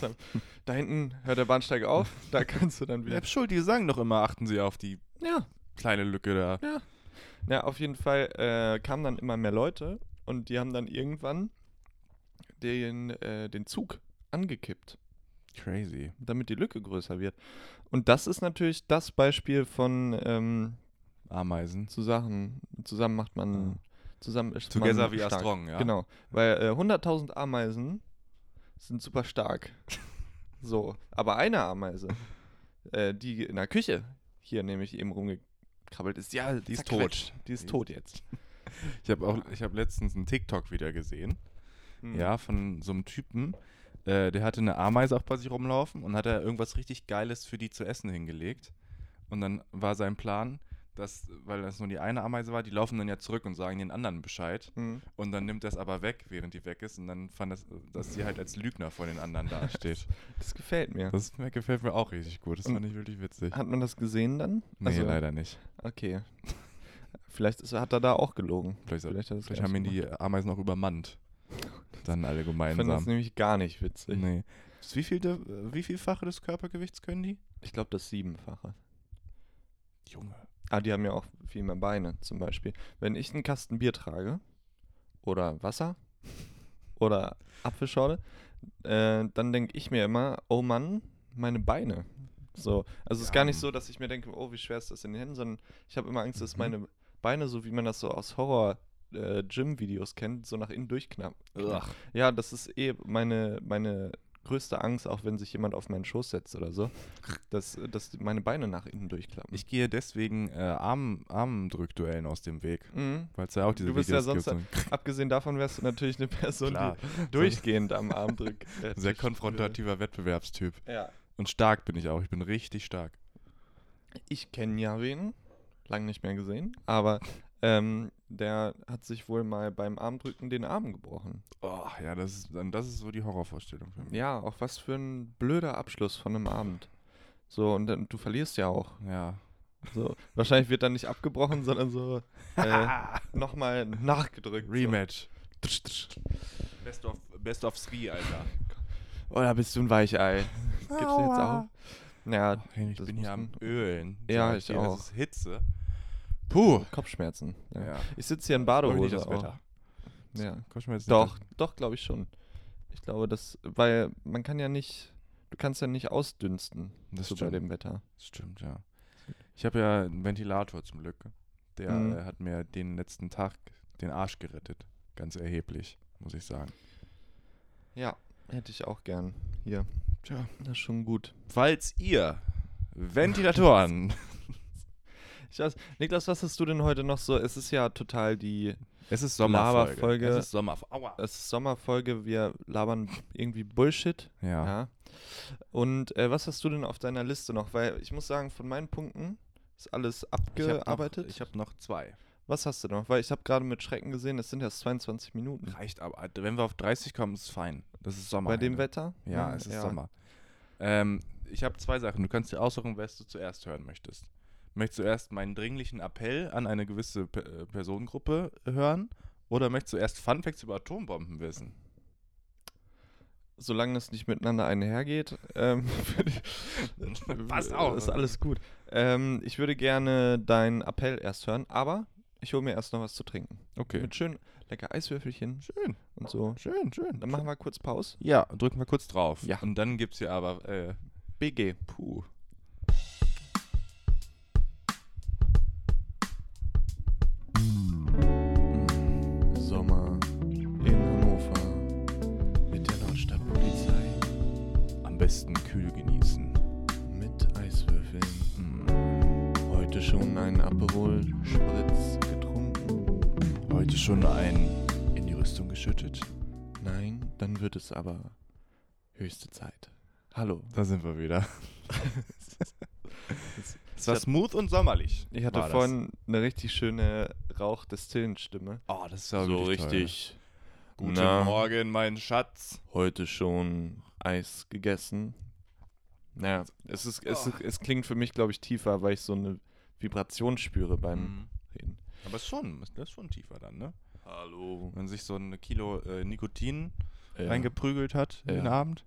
Speaker 2: dann- da hinten hört der Bahnsteig auf, da kannst du dann
Speaker 3: Ja,
Speaker 2: wieder.
Speaker 3: Schuld, die sagen doch immer, achten sie auf die
Speaker 2: Ja,
Speaker 3: kleine Lücke da.
Speaker 2: ja auf jeden Fall äh, kamen dann immer mehr Leute und die haben dann irgendwann den, äh, den Zug angekippt,
Speaker 3: Crazy.
Speaker 2: damit die Lücke größer wird. Und das ist natürlich das Beispiel von ähm,
Speaker 3: Ameisen.
Speaker 2: zusammen, zusammen macht man,
Speaker 3: Ja.
Speaker 2: Zusammen ist
Speaker 3: Together
Speaker 2: man
Speaker 3: we are
Speaker 2: stark.
Speaker 3: strong, ja.
Speaker 2: Genau, weil äh, 100.000 Ameisen sind super
Speaker 3: <laughs>
Speaker 2: stark. so, aber eine Ameise, äh, die in der Küche hier nämlich eben rumgekrabbelt ist, ja,
Speaker 3: Die ist
Speaker 2: zerquetscht.
Speaker 3: tot.
Speaker 2: Die ist tot jetzt.
Speaker 3: <laughs> Ich habe auch, ich habe letztens einen TikTok wieder gesehen.
Speaker 2: Mhm.
Speaker 3: Ja, von so einem Typen. Äh, der hatte eine Ameise auch bei sich rumlaufen und hat da irgendwas richtig Geiles für die zu essen hingelegt. Und dann war sein Plan, dass, weil das nur die eine Ameise war, die laufen dann ja zurück und sagen den anderen Bescheid.
Speaker 2: Mhm.
Speaker 3: Und dann nimmt das aber weg, während die weg ist. Und dann fand das, dass sie halt als Lügner vor den anderen dasteht.
Speaker 2: Das gefällt mir.
Speaker 3: <laughs> Das mir- gefällt mir auch richtig gut. Das fand ich wirklich witzig.
Speaker 2: Hat man das gesehen dann? Also,
Speaker 3: Nee, leider nicht.
Speaker 2: Okay. Vielleicht ist, hat er da auch gelogen. Vielleicht
Speaker 3: Vielleicht, vielleicht,
Speaker 2: hat es
Speaker 3: vielleicht
Speaker 2: gar
Speaker 3: haben ihn
Speaker 2: nicht
Speaker 3: die Ameisen auch übermannt. Dann alle
Speaker 2: Ich finde
Speaker 3: gemeinsam.
Speaker 2: das nämlich gar nicht witzig.
Speaker 3: Nee. Wie viel, wie vielfache des Körpergewichts können die?
Speaker 2: Ich glaube, das Siebenfache.
Speaker 3: Junge.
Speaker 2: Ah, die haben ja auch viel mehr Beine zum Beispiel. Wenn ich einen Kasten Bier trage oder Wasser <laughs> oder Apfelschorle, äh, dann denke ich mir immer, oh Mann, meine Beine. So, also es ist
Speaker 3: Ja.
Speaker 2: gar nicht so, dass ich mir denke, oh, wie schwer ist das in den Händen, sondern ich habe immer Angst,
Speaker 3: Mhm.
Speaker 2: dass meine Beine, so wie man das so aus Horror-Gym-Videos kennt, so nach innen durchknappen. Ja, das ist eh meine, meine größte Angst, auch wenn sich jemand auf meinen Schoß setzt oder
Speaker 3: <laughs>
Speaker 2: so, dass, dass meine Beine nach innen durchklappen.
Speaker 3: Ich gehe deswegen äh, Arm, Armdrückduellen aus dem Weg.
Speaker 2: Mhm.
Speaker 3: Weil es ja auch diese
Speaker 2: Du bist ja
Speaker 3: Videos
Speaker 2: sonst
Speaker 3: gibt. so-
Speaker 2: Abgesehen davon wärst du natürlich eine Person,
Speaker 3: Klar.
Speaker 2: die durchgehend am Arm drückt. äh,
Speaker 3: Sehr
Speaker 2: Tisch-
Speaker 3: konfrontativer Wettbewerbstyp.
Speaker 2: Ja.
Speaker 3: Und stark bin ich auch. Ich bin richtig stark.
Speaker 2: Ich kenne ja wen, lang nicht mehr gesehen, aber ähm, der hat sich wohl mal beim Armdrücken den Arm gebrochen.
Speaker 3: Oh, ja, das ist, dann, das ist so die Horrorvorstellung für mich.
Speaker 2: Ja, auch was für ein blöder Abschluss von einem Abend. So, und dann, du verlierst ja auch.
Speaker 3: Ja.
Speaker 2: So, wahrscheinlich wird dann nicht abgebrochen, sondern so äh,
Speaker 3: <laughs>
Speaker 2: nochmal nachgedrückt.
Speaker 3: Rematch. Best of, best of three, Alter.
Speaker 2: So. Oder Oh, bist du ein Weichei? Gibst du jetzt auch?
Speaker 3: Aua.
Speaker 2: Naja,
Speaker 3: Henrik,
Speaker 2: Das
Speaker 3: ich bin hier am
Speaker 2: muss
Speaker 3: Ölen.
Speaker 2: Ja,
Speaker 3: Sag
Speaker 2: ich
Speaker 3: dir,
Speaker 2: auch.
Speaker 3: Das ist Hitze. Puh.
Speaker 2: Kopfschmerzen. Ja.
Speaker 3: Ja.
Speaker 2: Ich sitze hier in
Speaker 3: Freu
Speaker 2: Badehose.
Speaker 3: mich nicht das
Speaker 2: auch.
Speaker 3: Wetter.
Speaker 2: Ja.
Speaker 3: Kommst du mir jetzt nicht
Speaker 2: Doch, doch, glaube ich schon. Ich glaube, das, weil man kann ja nicht, du kannst ja nicht ausdünsten
Speaker 3: Das
Speaker 2: so bei
Speaker 3: stimmt.
Speaker 2: dem Wetter.
Speaker 3: Stimmt, ja. Ich habe ja einen Ventilator zum Glück. Der
Speaker 2: Mhm.
Speaker 3: äh, hat mir den letzten Tag den Arsch gerettet. Ganz erheblich, muss ich sagen.
Speaker 2: Ja, hätte ich auch gern. Hier,
Speaker 3: Tja.
Speaker 2: das ist schon gut.
Speaker 3: Falls ihr <laughs> Ventilatoren.
Speaker 2: Ich weiß, Niklas, was hast du denn heute noch so? Es ist ja total die,
Speaker 3: es ist Sommerfolge.
Speaker 2: Laberfolge.
Speaker 3: Es ist Sommerfolge. Aua.
Speaker 2: es ist Sommerfolge, wir labern irgendwie Bullshit.
Speaker 3: Ja.
Speaker 2: Ja. Und äh, was hast du denn auf deiner Liste noch? Weil ich muss sagen, von meinen Punkten ist alles
Speaker 3: Ich hab
Speaker 2: abgearbeitet.
Speaker 3: Noch, ich habe noch zwei.
Speaker 2: was hast du noch? Weil ich habe gerade mit Schrecken gesehen, es sind erst 22 Minuten.
Speaker 3: Reicht aber. Wenn wir auf 30 kommen, ist fein. Das ist Sommer.
Speaker 2: Bei dem Wetter?
Speaker 3: Alter. Ja,
Speaker 2: Hm,
Speaker 3: es ist Sommer. Ähm, ich habe zwei Sachen. Du kannst dir aussuchen, was du zuerst hören möchtest. Möchtest du erst meinen dringlichen Appell an eine gewisse P äh, Personengruppe hören? Oder möchtest du erst Funfacts über Atombomben wissen?
Speaker 2: Solange es nicht miteinander einhergeht, ähm, <laughs>
Speaker 3: Passt auch.
Speaker 2: ist alles gut. Ähm, ich würde gerne deinen Appell erst hören, aber ich hole mir erst noch was zu trinken.
Speaker 3: Okay.
Speaker 2: Mit schön lecker Eiswürfelchen
Speaker 3: Schön,
Speaker 2: und so.
Speaker 3: schön, schön.
Speaker 2: Dann machen wir kurz Pause.
Speaker 3: ja, drücken wir kurz drauf.
Speaker 2: Ja.
Speaker 3: Und dann gibt's hier aber, äh,
Speaker 2: BG.
Speaker 3: puh.
Speaker 2: Sommer in Hannover mit der Lautstadtpolizei
Speaker 3: Am besten kühl genießen.
Speaker 2: mit Eiswürfeln.
Speaker 3: Mm.
Speaker 2: Heute schon einen Aperol Spritz getrunken?
Speaker 3: Heute schon ein in die Rüstung geschüttet?
Speaker 2: Nein, dann wird es aber höchste Zeit. Hallo.
Speaker 3: Da sind
Speaker 2: <laughs>
Speaker 3: wir wieder. es war
Speaker 2: Ich hab-
Speaker 3: smooth und sommerlich.
Speaker 2: Ich hatte
Speaker 3: war das.
Speaker 2: vorhin eine richtig schöne Rauch-Destillen-Stimme.
Speaker 3: Oh, das war wirklich toll. Guten
Speaker 2: Na?
Speaker 3: Morgen, mein Schatz.
Speaker 2: Heute schon Eis gegessen. Naja, es, ist,
Speaker 3: Oh.
Speaker 2: es, ist, es klingt für mich, glaube ich, tiefer, weil ich so eine Vibration spüre beim
Speaker 3: Mhm.
Speaker 2: Reden.
Speaker 3: Aber ist schon, ist- das ist schon tiefer dann, ne?
Speaker 2: Hallo.
Speaker 3: Wenn sich so ein Kilo äh, Nikotin
Speaker 2: Ja,
Speaker 3: reingeprügelt hat
Speaker 2: Ja.
Speaker 3: den Abend.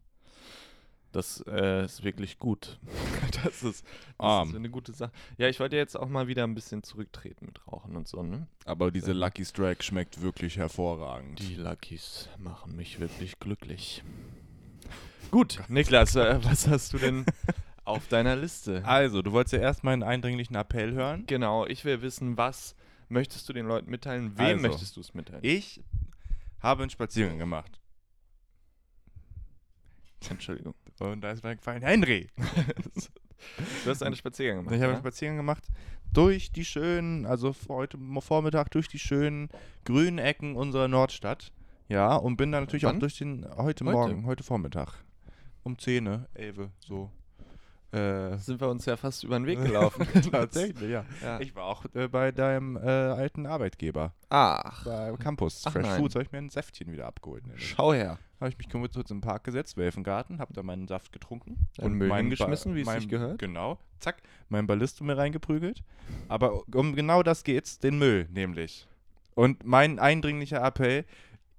Speaker 2: das äh, ist wirklich gut. <laughs> das ist, das
Speaker 3: Arm.
Speaker 2: ist eine gute Sache. Ja, ich wollte jetzt auch mal wieder ein bisschen zurücktreten mit Rauchen und so, ne?
Speaker 3: Aber diese Lucky Strike schmeckt wirklich hervorragend.
Speaker 2: Die Luckys machen mich wirklich glücklich. Gut, Niklas, äh, was hast du <laughs> denn auf deiner Liste? Ah,
Speaker 3: Also, du wolltest ja erst meinen eindringlichen Appell hören.
Speaker 2: Genau, ich will wissen, was Möchtest du den Leuten mitteilen? Wem
Speaker 3: Also.
Speaker 2: möchtest du es mitteilen?
Speaker 3: Ich habe einen Spaziergang gemacht.
Speaker 2: Entschuldigung.
Speaker 3: Und da ist mir gefallen, Henry.
Speaker 2: Du hast einen Spaziergang gemacht.
Speaker 3: Ich habe
Speaker 2: ja?
Speaker 3: einen Spaziergang gemacht durch die schönen, also vor- heute Mo- Vormittag durch die schönen grünen Ecken unserer Nordstadt. Ja, und bin dann natürlich auch
Speaker 2: Wann?
Speaker 3: durch den, heute,
Speaker 2: Heute?
Speaker 3: Morgen, heute Vormittag. Um 10, 11, so.
Speaker 2: <laughs>
Speaker 3: Äh, <laughs>
Speaker 2: sind wir uns ja fast über den <laughs> Weg gelaufen.
Speaker 3: Tatsächlich, ja.
Speaker 2: Ja.
Speaker 3: Ich war auch äh, bei deinem äh, alten Arbeitgeber,
Speaker 2: Ach,
Speaker 3: beim Campus.
Speaker 2: Ach
Speaker 3: Fresh
Speaker 2: nein.
Speaker 3: Foods habe ich mir ein Säftchen wieder abgeholt. Ne?
Speaker 2: schau her.
Speaker 3: Habe ich mich kurz im Park gesetzt, wäre im Garten, habe da meinen Saft getrunken.
Speaker 2: Deinen Müll
Speaker 3: meinen
Speaker 2: hingeschmissen,
Speaker 3: Ba-
Speaker 2: wie es
Speaker 3: mein-
Speaker 2: sich gehört.
Speaker 3: Genau, zack, mein Ballisto mir reingeprügelt. Aber um genau das geht's, den Müll nämlich. Und mein eindringlicher Appell,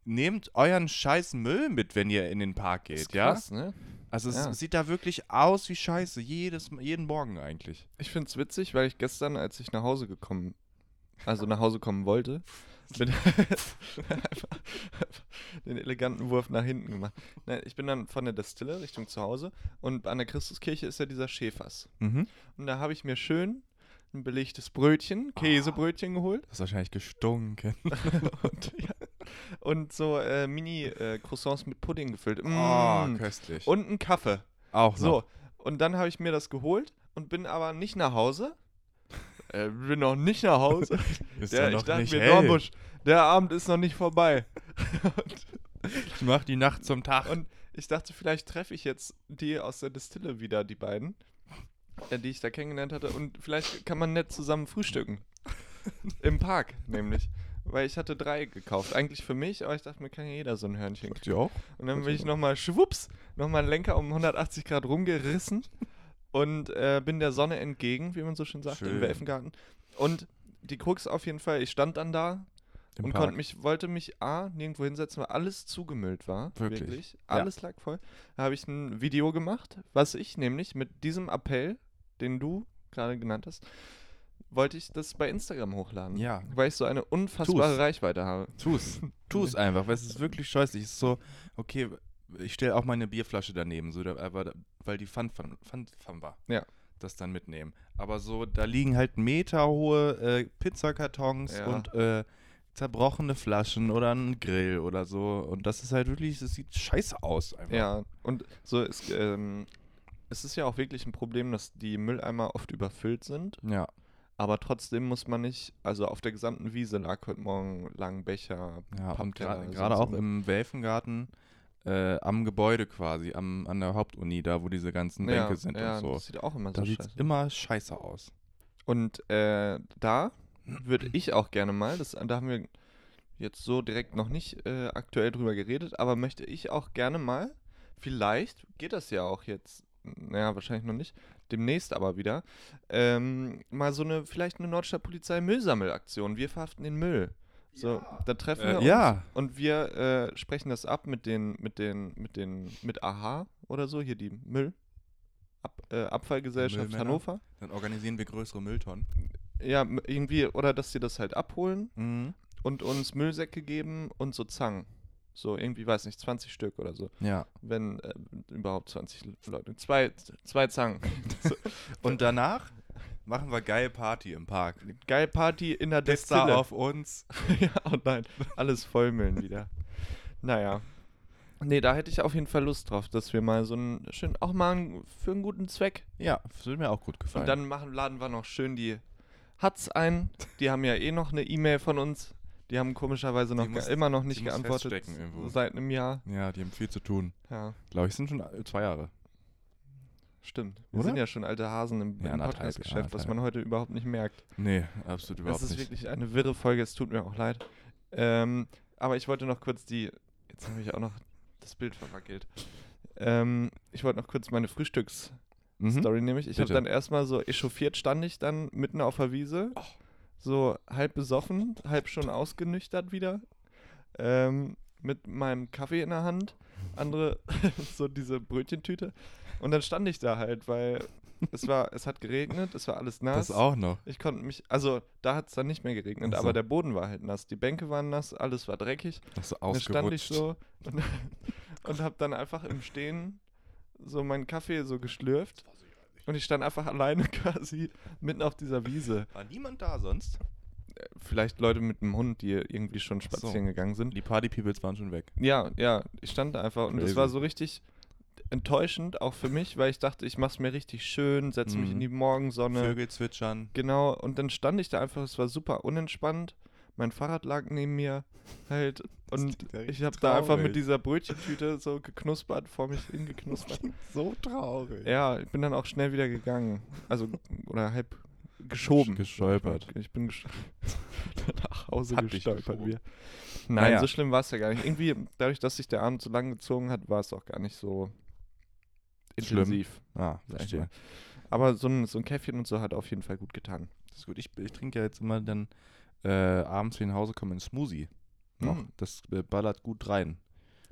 Speaker 3: nehmt euren scheiß Müll mit, wenn ihr in den Park geht, ja?
Speaker 2: Krass, ne?
Speaker 3: Also es
Speaker 2: Ja.
Speaker 3: sieht da wirklich aus wie scheiße, jedes, jeden Morgen eigentlich.
Speaker 2: Ich finde es witzig, weil ich gestern, als ich nach Hause gekommen, also nach Hause kommen wollte, bin <laughs> einfach den eleganten Wurf nach hinten gemacht. Ne, Ich bin dann von der Destille Richtung zu Hause und an der Christuskirche ist ja dieser Schäfers.
Speaker 3: Mhm.
Speaker 2: Und da habe ich mir schön ein belegtes Brötchen, Käsebrötchen geholt
Speaker 3: Das ist wahrscheinlich gestunken.
Speaker 2: <laughs> und, ja, und so äh, Mini-Croissants mit Pudding gefüllt. Mm.
Speaker 3: Oh, köstlich.
Speaker 2: und einen Kaffee.
Speaker 3: auch
Speaker 2: So, und dann habe ich mir das geholt und bin aber nicht nach Hause. Äh, bin noch nicht nach Hause.
Speaker 3: <laughs> Ist
Speaker 2: ja,
Speaker 3: doch noch
Speaker 2: ich dachte
Speaker 3: nicht
Speaker 2: mir,
Speaker 3: hell.
Speaker 2: Dornbusch, der Abend ist noch nicht vorbei.
Speaker 3: Ich mach die Nacht zum Tag.
Speaker 2: Und ich dachte, vielleicht treffe ich jetzt die aus der Distille wieder, die beiden, äh, die ich da kennengelernt hatte. Und vielleicht kann man nett zusammen
Speaker 3: <laughs>
Speaker 2: frühstücken. Im Park, nämlich. Weil ich hatte drei gekauft. Eigentlich für mich, aber ich dachte, mir kann ja jeder so ein Hörnchen
Speaker 3: Die auch?
Speaker 2: Und dann bin ich nochmal schwupps, nochmal einen Lenker um 180 Grad rumgerissen und äh, bin der Sonne entgegen, wie man so schön sagt,
Speaker 3: Schön.
Speaker 2: im Welfengarten. Und die Krux auf jeden Fall, ich stand dann da
Speaker 3: Im
Speaker 2: und
Speaker 3: Park.
Speaker 2: konnte mich, wollte mich A, nirgendwo hinsetzen, weil alles zugemüllt war.
Speaker 3: Wirklich? Ja.
Speaker 2: Alles lag voll. Da habe ich ein Video gemacht, was ich nämlich mit diesem Appell, den du gerade genannt hast, wollte ich das bei Instagram hochladen.
Speaker 3: Ja.
Speaker 2: Weil ich so eine unfassbare
Speaker 3: Tu's.
Speaker 2: Reichweite habe. <laughs>
Speaker 3: Tu's. Tu's einfach, weil es ist wirklich scheußlich. Es ist so, okay, ich stelle auch meine Bierflasche daneben, so, da, aber, da- weil die Pfand, Pfand, Pfand, Pfand war.
Speaker 2: Ja.
Speaker 3: Das dann mitnehmen. Aber so, da liegen halt meterhohe äh, Pizzakartons
Speaker 2: Ja.
Speaker 3: und äh, zerbrochene Flaschen oder ein Grill oder so. Und das ist halt wirklich, das sieht scheiße aus einfach.
Speaker 2: Ja, und so ist, ähm, es ist ja auch wirklich ein Problem, dass die Mülleimer oft überfüllt sind,
Speaker 3: Ja.
Speaker 2: aber trotzdem muss man nicht, also auf der gesamten Wiese lag heute Morgen Langbecher,
Speaker 3: Ja, und
Speaker 2: Pappteller,
Speaker 3: gra-
Speaker 2: so-
Speaker 3: gerade
Speaker 2: so
Speaker 3: auch im Welfengarten äh, am Gebäude quasi, am, an der Hauptuni, da wo diese ganzen
Speaker 2: ja,
Speaker 3: Bänke sind
Speaker 2: ja, Das
Speaker 3: und so.
Speaker 2: sieht auch immer
Speaker 3: Da
Speaker 2: so
Speaker 3: sieht
Speaker 2: scheiße
Speaker 3: es immer scheiße aus.
Speaker 2: Und äh, da
Speaker 3: <clears throat>
Speaker 2: würde ich auch gerne mal, das, da haben wir jetzt so direkt noch nicht äh, aktuell drüber geredet, aber möchte ich auch gerne mal, vielleicht geht das ja auch jetzt, naja, wahrscheinlich noch nicht, demnächst aber wieder, ähm, mal so eine, vielleicht eine Nordstadtpolizei Müllsammelaktion. Wir verhaften den Müll. So, da treffen wir
Speaker 3: Äh,
Speaker 2: uns
Speaker 3: ja.
Speaker 2: und wir äh, sprechen das ab mit den, mit den, mit den, mit AHA oder so, hier die Müll. Ab, äh, Abfallgesellschaft
Speaker 3: Müllmänner.
Speaker 2: Hannover.
Speaker 3: Dann organisieren wir größere Mülltonnen.
Speaker 2: Ja, m- irgendwie, oder dass sie das halt abholen
Speaker 3: Mhm.
Speaker 2: und uns Müllsäcke geben und so Zangen. So irgendwie, weiß nicht, 20 Stück oder so.
Speaker 3: Ja.
Speaker 2: Wenn äh, überhaupt 20 Leute. Zwei, zwei Zangen.
Speaker 3: Und danach machen wir geile Party im Park.
Speaker 2: Geil Party in der
Speaker 3: Pizza
Speaker 2: Destille.
Speaker 3: auf uns.
Speaker 2: <laughs> ja, oh nein, alles vollmüllen wieder. Naja. Nee, da hätte ich auf jeden Fall Lust drauf, dass wir mal so einen schönen, auch mal einen, für einen guten Zweck.
Speaker 3: Ja, das würde mir auch gut gefallen.
Speaker 2: Und dann machen, laden wir noch schön die Hatz ein. Die haben ja eh noch eine E-Mail von uns. Die haben komischerweise noch
Speaker 3: Die
Speaker 2: ge-
Speaker 3: muss-
Speaker 2: immer noch nicht
Speaker 3: die muss
Speaker 2: geantwortet.
Speaker 3: feststecken irgendwo.
Speaker 2: Seit einem Jahr.
Speaker 3: ja, die haben viel zu tun.
Speaker 2: Ja,
Speaker 3: Glaube ich, sind schon äh, zwei Jahre.
Speaker 2: stimmt. Wir
Speaker 3: Oder?
Speaker 2: sind ja schon alte Hasen im,
Speaker 3: Ja,
Speaker 2: im
Speaker 3: anderthalb,
Speaker 2: Podcastgeschäft, was
Speaker 3: anderthalb.
Speaker 2: man heute überhaupt nicht merkt.
Speaker 3: Nee, absolut
Speaker 2: Es ist wirklich eine wirre Folge, es tut mir auch leid. Ähm, aber ich wollte noch kurz die. Jetzt habe ich auch noch das Bild verwackelt. Ähm, ich wollte noch kurz meine Frühstücks.
Speaker 3: Mhm.
Speaker 2: Story nämlich. Ich habe
Speaker 3: Bitte.
Speaker 2: dann erstmal so echauffiert stand ich dann mitten auf der Wiese. So halb besoffen, halb schon ausgenüchtert wieder. Ähm, mit meinem Kaffee in der Hand. Andere, <laughs> so diese Brötchentüte. Und dann stand ich da halt, weil es war, es hat geregnet, es war alles nass.
Speaker 3: Das auch noch.
Speaker 2: Ich konnte mich, also da hat es dann nicht mehr geregnet,
Speaker 3: Ach so.
Speaker 2: aber der Boden war halt nass, die Bänke waren nass, alles war dreckig.
Speaker 3: Das ist
Speaker 2: Dann
Speaker 3: ausgerutscht.
Speaker 2: stand ich so und, <laughs> und habe dann einfach im Stehen so meinen Kaffee so geschlürft. <laughs> Und ich stand einfach alleine quasi mitten auf dieser Wiese.
Speaker 3: War niemand da sonst?
Speaker 2: vielleicht Leute mit einem Hund, die irgendwie schon
Speaker 3: so.
Speaker 2: spazieren gegangen sind.
Speaker 3: Die Party-Peoples waren schon weg.
Speaker 2: Ja, ja, ich stand da einfach und es
Speaker 3: Crazy.
Speaker 2: war so richtig enttäuschend, auch für mich, weil ich dachte, ich mach's mir richtig schön, setze mich
Speaker 3: Mhm.
Speaker 2: in die Morgensonne.
Speaker 3: Vögel zwitschern.
Speaker 2: Genau, und dann stand ich da einfach, es war super unentspannt. Mein Fahrrad lag neben mir
Speaker 3: <laughs>
Speaker 2: halt und
Speaker 3: klingt ja
Speaker 2: ich
Speaker 3: richtig
Speaker 2: habe da einfach
Speaker 3: traurig.
Speaker 2: mit dieser Brötchentüte so geknuspert, vor mich hingeknuspert.
Speaker 3: So traurig.
Speaker 2: Ja, ich bin dann auch schnell wieder gegangen. Also, oder halb geschoben.
Speaker 3: Gestolpert.
Speaker 2: Ich bin gesch- <laughs> nach Hause
Speaker 3: Hat dich
Speaker 2: gestolpert.
Speaker 3: geschoben.
Speaker 2: Wir. Nein,
Speaker 3: Naja.
Speaker 2: so schlimm war es ja gar nicht. Irgendwie, dadurch, dass sich der Abend so lang gezogen hat, war es auch gar nicht so
Speaker 3: Schlimm.
Speaker 2: intensiv.
Speaker 3: Ah,
Speaker 2: sag ich
Speaker 3: verstehe.
Speaker 2: mal. Aber so ein, so ein Käffchen und so hat auf jeden Fall gut getan.
Speaker 3: Das ist gut. Ich, ich trinke ja jetzt immer dann äh, abends, wenn ich nach Hause komme, einen Smoothie. Noch.
Speaker 2: Mm.
Speaker 3: Das äh, ballert gut rein.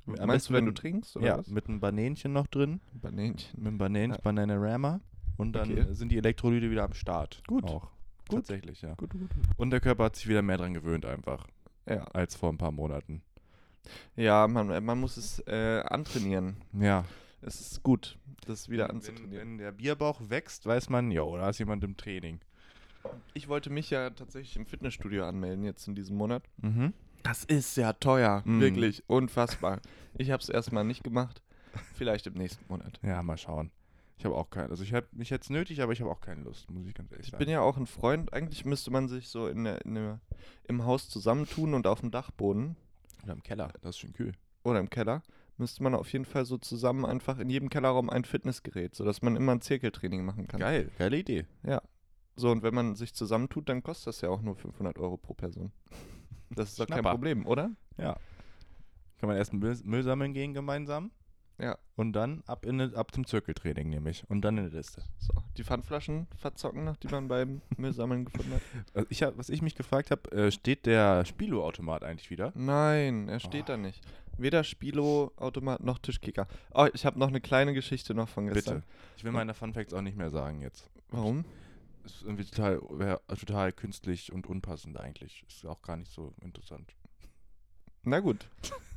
Speaker 3: Am
Speaker 2: Meinst
Speaker 3: besten
Speaker 2: du, wenn du
Speaker 3: mit-
Speaker 2: trinkst? Oder
Speaker 3: Ja,
Speaker 2: was?
Speaker 3: mit einem Banänchen noch drin.
Speaker 2: Banänchen.
Speaker 3: Mit einem Banan,
Speaker 2: Ja.
Speaker 3: Bananarama. Und dann
Speaker 2: Okay.
Speaker 3: sind die Elektrolyte wieder am Start.
Speaker 2: Gut.
Speaker 3: Auch.
Speaker 2: Gut.
Speaker 3: Tatsächlich, ja.
Speaker 2: Gut, gut.
Speaker 3: Und der Körper hat sich wieder mehr dran gewöhnt einfach,
Speaker 2: Ja,
Speaker 3: als vor ein paar Monaten.
Speaker 2: ja man, man muss es äh, antrainieren.
Speaker 3: Ja.
Speaker 2: Es ist gut, das wieder
Speaker 3: Wenn,
Speaker 2: anzutrainieren.
Speaker 3: wenn der Bierbauch wächst, weiß man, ja, da ist jemand im Training.
Speaker 2: Ich wollte mich ja tatsächlich im Fitnessstudio anmelden jetzt in diesem Monat.
Speaker 3: Mhm.
Speaker 2: Das ist ja teuer,
Speaker 3: Mm.
Speaker 2: wirklich <laughs> unfassbar. Ich habe es erstmal nicht gemacht, vielleicht im nächsten Monat.
Speaker 3: Ja, mal schauen. Ich habe auch keine, also ich habe mich jetzt nötig, aber ich habe auch keine Lust, muss ich ganz ehrlich
Speaker 2: Ich
Speaker 3: sagen.
Speaker 2: bin ja auch ein Freund, eigentlich müsste man sich so in der, in der, im Haus zusammentun und auf dem Dachboden
Speaker 3: Oder im Keller, das ist schon kühl.
Speaker 2: oder im Keller müsste man auf jeden Fall so zusammen einfach in jedem Kellerraum ein Fitnessgerät, sodass man immer ein Zirkeltraining machen kann.
Speaker 3: Geil, geile Idee.
Speaker 2: Ja. So, und wenn man sich zusammentut, dann kostet das ja auch nur 500 Euro pro Person. Das ist doch kein
Speaker 3: Schnapper.
Speaker 2: Problem, oder?
Speaker 3: Ja. Kann man erst Müll, Müll sammeln gehen gemeinsam.
Speaker 2: Ja.
Speaker 3: Und dann ab, in, ab zum Zirkeltraining nämlich. Und dann in die Liste.
Speaker 2: So, die Pfandflaschen verzocken noch, die man beim Müllsammeln gefunden hat.
Speaker 3: Also ich hab, was ich mich gefragt habe, äh, steht der Spielautomat eigentlich wieder?
Speaker 2: Nein, er steht
Speaker 3: Oh.
Speaker 2: da nicht. Weder Spilo, Automat noch Tischkicker. Oh, ich habe noch eine kleine Geschichte noch von gestern.
Speaker 3: Bitte. Ich will meine Fun Facts auch nicht mehr sagen jetzt.
Speaker 2: Warum?
Speaker 3: Es ist irgendwie total, wär, total künstlich und unpassend eigentlich. Ist auch gar nicht so interessant.
Speaker 2: Na gut.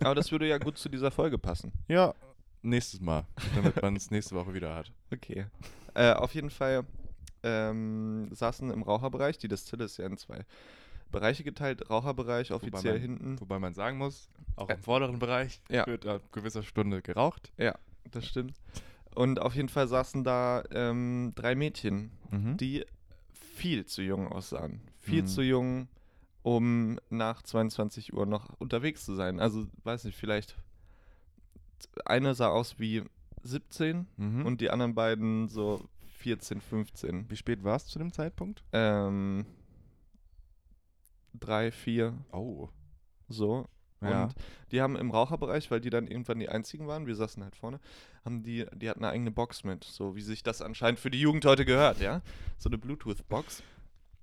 Speaker 2: Aber das würde ja gut zu dieser Folge passen.
Speaker 3: Ja, nächstes Mal, damit man es <laughs> nächste Woche wieder hat.
Speaker 2: Okay. Äh, auf jeden Fall ähm, saßen im Raucherbereich, die Destille ist ja in zwei Bereiche geteilt. Raucherbereich offiziell
Speaker 3: man-
Speaker 2: hinten.
Speaker 3: Wobei man sagen muss, auch
Speaker 2: Ä-
Speaker 3: im vorderen Bereich
Speaker 2: Ja.
Speaker 3: wird ab gewisser Stunde geraucht.
Speaker 2: Das stimmt. Und auf jeden Fall saßen da ähm, drei Mädchen,
Speaker 3: Die-
Speaker 2: die viel zu jung aussahen. Viel
Speaker 3: Mhm.
Speaker 2: zu jung, um nach 22 Uhr noch unterwegs zu sein. Also, weiß nicht, vielleicht eine sah aus wie 17
Speaker 3: Mhm.
Speaker 2: und die anderen beiden so 14, 15.
Speaker 3: wie spät war es zu dem Zeitpunkt?
Speaker 2: Ähm, drei, vier,
Speaker 3: Oh.
Speaker 2: so.
Speaker 3: Ja.
Speaker 2: Und die haben im Raucherbereich, weil die dann irgendwann die einzigen waren, wir saßen halt vorne, haben die, die hatten eine eigene Box mit, so wie sich das anscheinend für die Jugend heute gehört, ja? So eine Bluetooth-Box.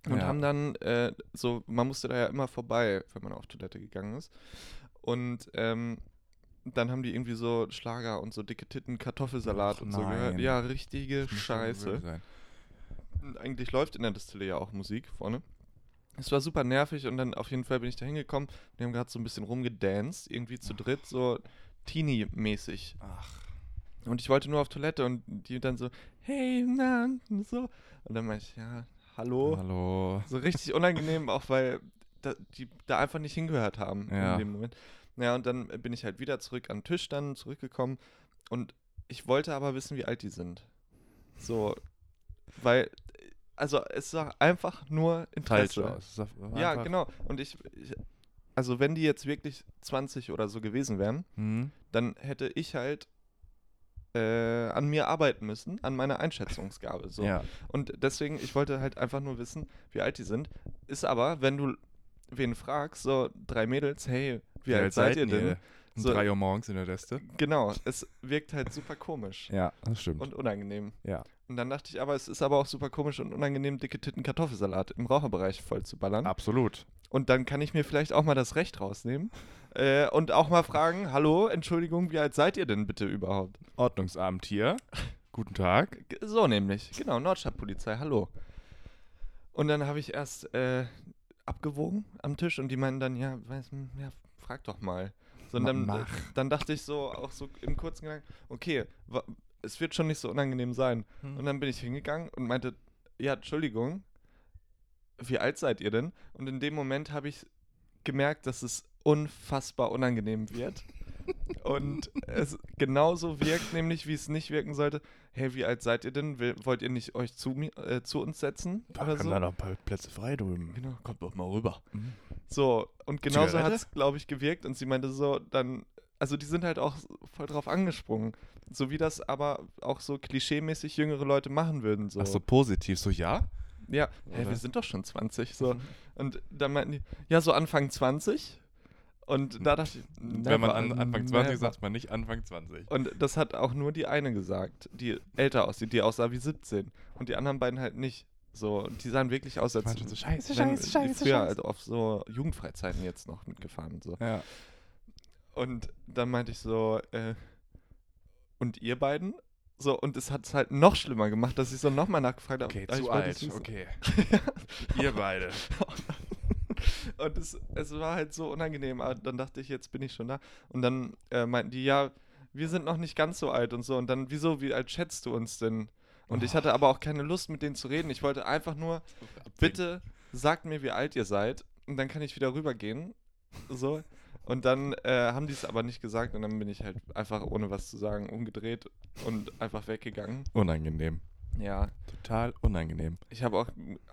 Speaker 2: Und
Speaker 3: Ja.
Speaker 2: haben dann, äh, so, man musste da ja immer vorbei, wenn man auf Toilette gegangen ist. Und ähm, dann haben die irgendwie so Schlager und so dicke Titten, Kartoffelsalat
Speaker 3: Och,
Speaker 2: und so gehört.
Speaker 3: nein.
Speaker 2: Ja, richtige
Speaker 3: Das muss schon
Speaker 2: Scheiße.
Speaker 3: gewöhnt sein.
Speaker 2: Und eigentlich läuft in der Distille ja auch Musik vorne. Es war super nervig und dann auf jeden Fall bin ich da hingekommen. Wir haben gerade so ein bisschen rumgedanced, irgendwie zu dritt, so Teenie-mäßig.
Speaker 3: Ach.
Speaker 2: Und ich wollte nur auf Toilette und die dann so, hey, na, und so. Und dann meinte ich, ja, hallo.
Speaker 3: Hallo.
Speaker 2: So richtig unangenehm, auch weil da, die da einfach nicht hingehört haben
Speaker 3: Ja.
Speaker 2: in dem Moment. Ja, und dann bin ich halt wieder zurück an den Tisch dann zurückgekommen und ich wollte aber wissen, wie alt die sind. So, weil, also es war einfach nur
Speaker 3: Falsch
Speaker 2: Interesse.
Speaker 3: aus. Es war- war
Speaker 2: Ja,
Speaker 3: einfach-
Speaker 2: genau. Und ich, ich, also wenn die jetzt wirklich 20 oder so gewesen wären,
Speaker 3: Mhm.
Speaker 2: dann hätte ich halt äh, an mir arbeiten müssen, an meiner Einschätzungsgabe. So.
Speaker 3: Ja.
Speaker 2: Und deswegen, ich wollte halt einfach nur wissen, wie alt die sind. Ist aber, wenn du wen fragst, so drei Mädels, hey, wie, alt seid ihr denn?
Speaker 3: Um
Speaker 2: So-
Speaker 3: 3 Uhr morgens in der Deste.
Speaker 2: Genau, es wirkt halt super komisch
Speaker 3: Ja, das stimmt.
Speaker 2: und unangenehm.
Speaker 3: ja.
Speaker 2: Und dann dachte ich aber, es ist aber auch super komisch und unangenehm, dicke Titten Kartoffelsalat im Raucherbereich voll zu ballern.
Speaker 3: Absolut.
Speaker 2: Und dann kann ich mir vielleicht auch mal das Recht rausnehmen äh, und auch mal fragen, hallo, Entschuldigung, wie alt seid ihr denn bitte überhaupt?
Speaker 3: Ordnungsamt hier. <laughs> Guten Tag.
Speaker 2: G- So nämlich, genau, Nordstadtpolizei, hallo. Und dann habe ich erst äh, abgewogen am Tisch und die meinen dann, ja, weiß, hm, ja frag doch mal. So, und
Speaker 3: Ma-
Speaker 2: dann,
Speaker 3: mach.
Speaker 2: dann dachte ich so, auch so im kurzen Gedanken, okay, wa- es wird schon
Speaker 3: Hm.
Speaker 2: nicht so unangenehm sein. Und dann bin ich hingegangen und meinte, ja, Entschuldigung, wie alt seid ihr denn? Und in dem Moment habe ich gemerkt, dass es unfassbar unangenehm <laughs> wird. Und es genauso wirkt, nämlich wie es nicht wirken sollte. Hey, wie alt seid ihr denn? Will, wollt ihr nicht euch zu, mi- äh, zu uns setzen?
Speaker 3: Wir
Speaker 2: Oder
Speaker 3: haben
Speaker 2: so?
Speaker 3: da noch ein paar Plätze frei drüben.
Speaker 2: Genau, kommt doch mal rüber.
Speaker 3: Mhm.
Speaker 2: So, und genauso hat
Speaker 3: Zigarette?
Speaker 2: es, glaube ich, gewirkt. Und sie meinte so, dann, also die sind halt auch voll drauf angesprungen. So wie das aber auch so klischeemäßig jüngere Leute machen würden. So.
Speaker 3: Ach so, positiv, so ja?
Speaker 2: Ja, hä,
Speaker 3: Oder? Mhm.
Speaker 2: wir sind doch schon 20. So. Und dann meinten die, ja, so Anfang 20. Und da dachte ich,
Speaker 3: Wenn man an,
Speaker 2: never,
Speaker 3: Anfang 20
Speaker 2: never.
Speaker 3: sagt, man nicht Anfang 20.
Speaker 2: Und das hat auch nur die eine gesagt, die älter aussieht, die aussah wie 17. Und die anderen beiden halt nicht. So, und die sahen wirklich aus, als
Speaker 3: waren schon so,
Speaker 2: scheiße,
Speaker 3: scheiße, scheiße,
Speaker 2: die früher
Speaker 3: scheiße.
Speaker 2: halt auf so Jugendfreizeiten jetzt noch mitgefahren. und So.
Speaker 3: Ja.
Speaker 2: Und dann meinte ich so, äh, und ihr beiden? So, und es hat es halt noch schlimmer gemacht, dass ich so nochmal nachgefragt habe.
Speaker 3: Okay,
Speaker 2: Aber
Speaker 3: zu
Speaker 2: ich wollte
Speaker 3: alt.
Speaker 2: es wissen.
Speaker 3: Okay. <laughs> Ihr beide.
Speaker 2: Und es, es war halt so unangenehm. Aber dann dachte ich, jetzt bin ich schon da. Und dann äh, meinten die, ja, wir sind noch nicht ganz so alt und so. Und dann, wieso, wie alt schätzt du uns denn? Und ich hatte aber auch keine Lust, mit denen zu reden. Ich wollte einfach nur, bitte sagt mir, wie alt ihr seid. Und dann kann ich wieder rübergehen. So. Und dann äh, haben die es aber nicht gesagt. Und dann bin ich halt einfach, ohne was zu sagen, umgedreht und einfach weggegangen.
Speaker 3: Unangenehm.
Speaker 2: Ja.
Speaker 3: Total unangenehm.
Speaker 2: Ich habe auch,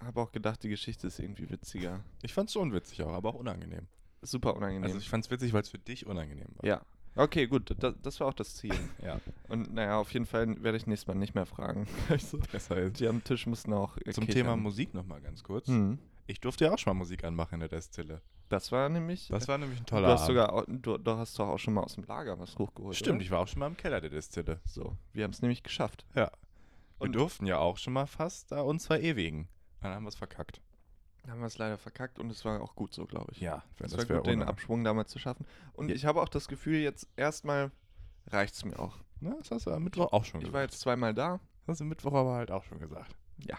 Speaker 2: hab auch gedacht, die Geschichte ist irgendwie witziger.
Speaker 3: Ich fand's schon witzig auch, aber auch unangenehm.
Speaker 2: Super unangenehm.
Speaker 3: Also ich fand's witzig, weil es für dich unangenehm war.
Speaker 2: Ja. Okay, gut, das, das war auch das Ziel.
Speaker 3: Ja.
Speaker 2: Und naja, auf jeden Fall werde ich nächstes Mal nicht mehr fragen. <laughs>
Speaker 3: Besser ist.
Speaker 2: Die am Tisch mussten auch. äh,
Speaker 3: Zum
Speaker 2: kichern.
Speaker 3: Thema Musik nochmal ganz kurz.
Speaker 2: Hm.
Speaker 3: Ich durfte ja auch schon mal Musik anmachen in der Destille.
Speaker 2: Das war nämlich. äh,
Speaker 3: Das war nämlich ein
Speaker 2: du
Speaker 3: toller
Speaker 2: hast
Speaker 3: Abend.
Speaker 2: sogar, au- du, du hast doch auch schon mal aus dem Lager was hochgeholt.
Speaker 3: Stimmt,
Speaker 2: Oder?
Speaker 3: ich war auch schon mal im Keller der Destille.
Speaker 2: So, wir haben es nämlich geschafft.
Speaker 3: Ja. Wir
Speaker 2: Und-
Speaker 3: durften ja auch schon mal fast da uns verewigen. Dann haben wir es verkackt.
Speaker 2: Dann haben wir es leider verkackt und es war auch gut so, glaube ich.
Speaker 3: Ja, wenn
Speaker 2: es
Speaker 3: das
Speaker 2: war
Speaker 3: wäre
Speaker 2: gut, den
Speaker 3: ohne.
Speaker 2: Abschwung damals zu schaffen. Und
Speaker 3: Ja.
Speaker 2: ich habe auch das Gefühl, jetzt erstmal reicht es mir auch.
Speaker 3: Na, Ne, das hast du am Mittwoch auch schon
Speaker 2: Ich war
Speaker 3: gesagt.
Speaker 2: jetzt zweimal da.
Speaker 3: Das hast du am Mittwoch aber halt auch schon gesagt.
Speaker 2: Ja.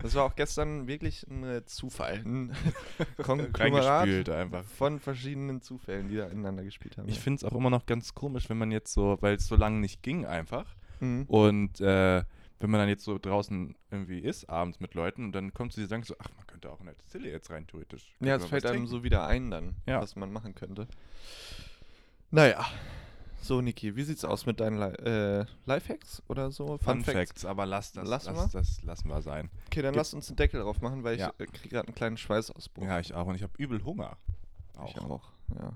Speaker 2: Das war auch gestern wirklich ein äh, Zufall. Ein
Speaker 3: <laughs>
Speaker 2: Konglomerat
Speaker 3: Reingespült einfach.
Speaker 2: von verschiedenen Zufällen, die da ineinander gespielt haben.
Speaker 3: Ich finde es auch immer noch ganz komisch, wenn man jetzt so, weil es so lange nicht ging einfach.
Speaker 2: Mhm.
Speaker 3: Und äh, wenn man dann jetzt so draußen irgendwie ist, abends mit Leuten, und dann kommt zu dir sagen so, ach, man könnte auch in der Destille jetzt rein theoretisch.
Speaker 2: Ja,
Speaker 3: Könnte
Speaker 2: es
Speaker 3: man
Speaker 2: fällt
Speaker 3: was
Speaker 2: einem
Speaker 3: trinken.
Speaker 2: so wieder ein dann,
Speaker 3: Ja.
Speaker 2: was man machen könnte. Naja. So, Niki, wie sieht's aus mit deinen Li äh, Lifehacks oder so?
Speaker 3: Fun Facts, aber lass das,
Speaker 2: Lassen
Speaker 3: lass, das lassen wir sein.
Speaker 2: Okay, dann
Speaker 3: Gibt-
Speaker 2: lasst uns einen Deckel drauf machen, weil ich
Speaker 3: Ja.
Speaker 2: äh, kriege gerade einen kleinen Schweißausbruch.
Speaker 3: Ja, ich auch. Und ich habe übel Hunger.
Speaker 2: ich auch. Ja.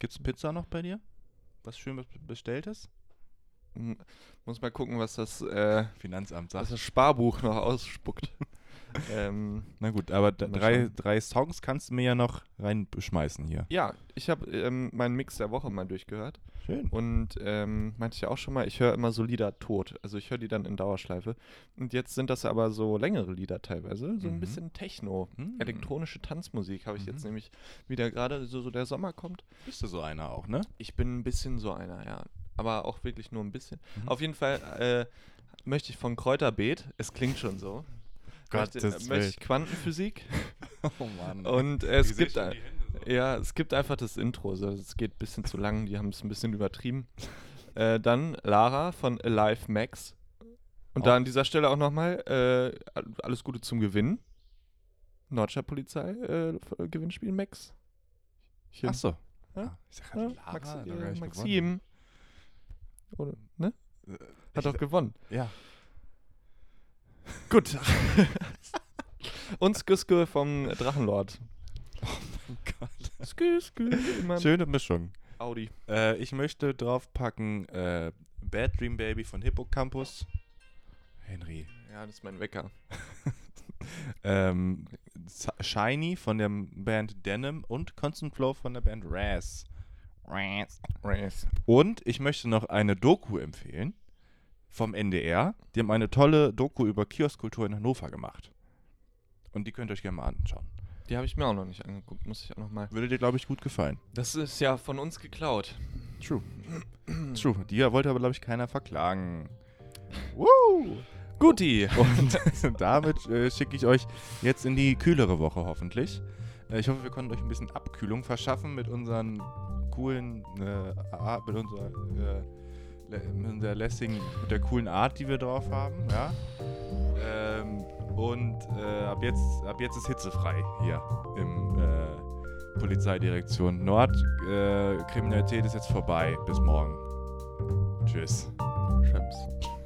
Speaker 3: Gibt's Pizza noch bei dir? Was schön be- bestelltes?
Speaker 2: Hm, Muss mal gucken, was das, äh,
Speaker 3: Finanzamt
Speaker 2: was
Speaker 3: sagt.
Speaker 2: das Sparbuch noch ausspuckt. <laughs> ähm,
Speaker 3: Na gut, aber d-
Speaker 2: Mal
Speaker 3: drei,
Speaker 2: schauen.
Speaker 3: drei Songs kannst du mir ja noch reinschmeißen hier.
Speaker 2: ja, ich habe ähm, meinen Mix der Woche mal durchgehört.
Speaker 3: Schön.
Speaker 2: Und ähm, meinte ich ja auch schon mal, ich höre immer so Lieder tot. Also ich höre die dann in Dauerschleife. Und jetzt sind das aber so längere Lieder teilweise. So
Speaker 3: Mhm.
Speaker 2: ein bisschen Techno.
Speaker 3: Hm.
Speaker 2: Elektronische Tanzmusik habe ich
Speaker 3: Mhm.
Speaker 2: jetzt nämlich wieder gerade, so, so der Sommer kommt.
Speaker 3: Bist du so einer auch, ne?
Speaker 2: Ich bin ein bisschen so einer, ja. Aber auch wirklich nur ein bisschen.
Speaker 3: Mhm.
Speaker 2: Auf jeden Fall äh, möchte ich von Kräuterbeet, es klingt schon so, möchte, möchte
Speaker 3: Gottes Willen.
Speaker 2: ich
Speaker 3: <laughs>
Speaker 2: Quantenphysik.
Speaker 3: Oh Mann.
Speaker 2: Und äh, es gibt ein,
Speaker 3: Hände
Speaker 2: ja, es gibt einfach das Intro. So, es geht ein bisschen zu lang, die haben es ein bisschen übertrieben. Äh, dann Lara von Alive Max. Und da an dieser Stelle auch nochmal äh, all- alles Gute zum Gewinn. Nordscher Polizei, äh, f- Gewinnspiel Max. Hier.
Speaker 3: Ach so.
Speaker 2: Ja?
Speaker 3: Ah, Ich sag
Speaker 2: Ja,
Speaker 3: halt Lara,
Speaker 2: Max,
Speaker 3: hat
Speaker 2: äh,
Speaker 3: doch gar nicht gewonnen. Äh,
Speaker 2: Maxim. Oder, ne? Hat doch gewonnen.
Speaker 3: Ja.
Speaker 2: Gut. <laughs> Und Skyske vom Drachenlord.
Speaker 3: Oh
Speaker 2: Skü, Skü, immer
Speaker 3: Schöne Mischung.
Speaker 2: Audi.
Speaker 3: Äh, ich möchte draufpacken äh, Bad Dream Baby von Hippocampus. Henry.
Speaker 2: Ja, das ist mein Wecker.
Speaker 3: Ähm, Z- Shiny von der Band Denim und Constant Flow von der Band Raz. Raz. Und ich möchte noch eine Doku empfehlen vom NDR. Die haben eine tolle Doku über Kioskkultur in Hannover gemacht. Und die könnt ihr euch gerne mal anschauen.
Speaker 2: Die habe ich mir auch noch nicht angeguckt, muss ich auch noch mal.
Speaker 3: Würde dir, glaube ich, gut gefallen.
Speaker 2: Das ist ja von uns geklaut.
Speaker 3: True. True. Die wollte aber, glaube ich, keiner verklagen. Hm. <laughs> Woo!
Speaker 2: Guti.
Speaker 3: <laughs> Und damit äh, schicke ich euch jetzt in die kühlere Woche hoffentlich. Äh, ich hoffe, wir konnten euch ein bisschen Abkühlung verschaffen mit unseren coolen, äh, Ar- mit unserer, äh, lä- mit unserer lässigen, mit der coolen Art, die wir drauf haben. Ja. Ähm, Und äh, ab, jetzt, ab jetzt ist hitzefrei hier im äh, Polizeidirektion Nord. Äh, Kriminalität ist jetzt vorbei. Bis morgen. Tschüss.
Speaker 2: Schreib's.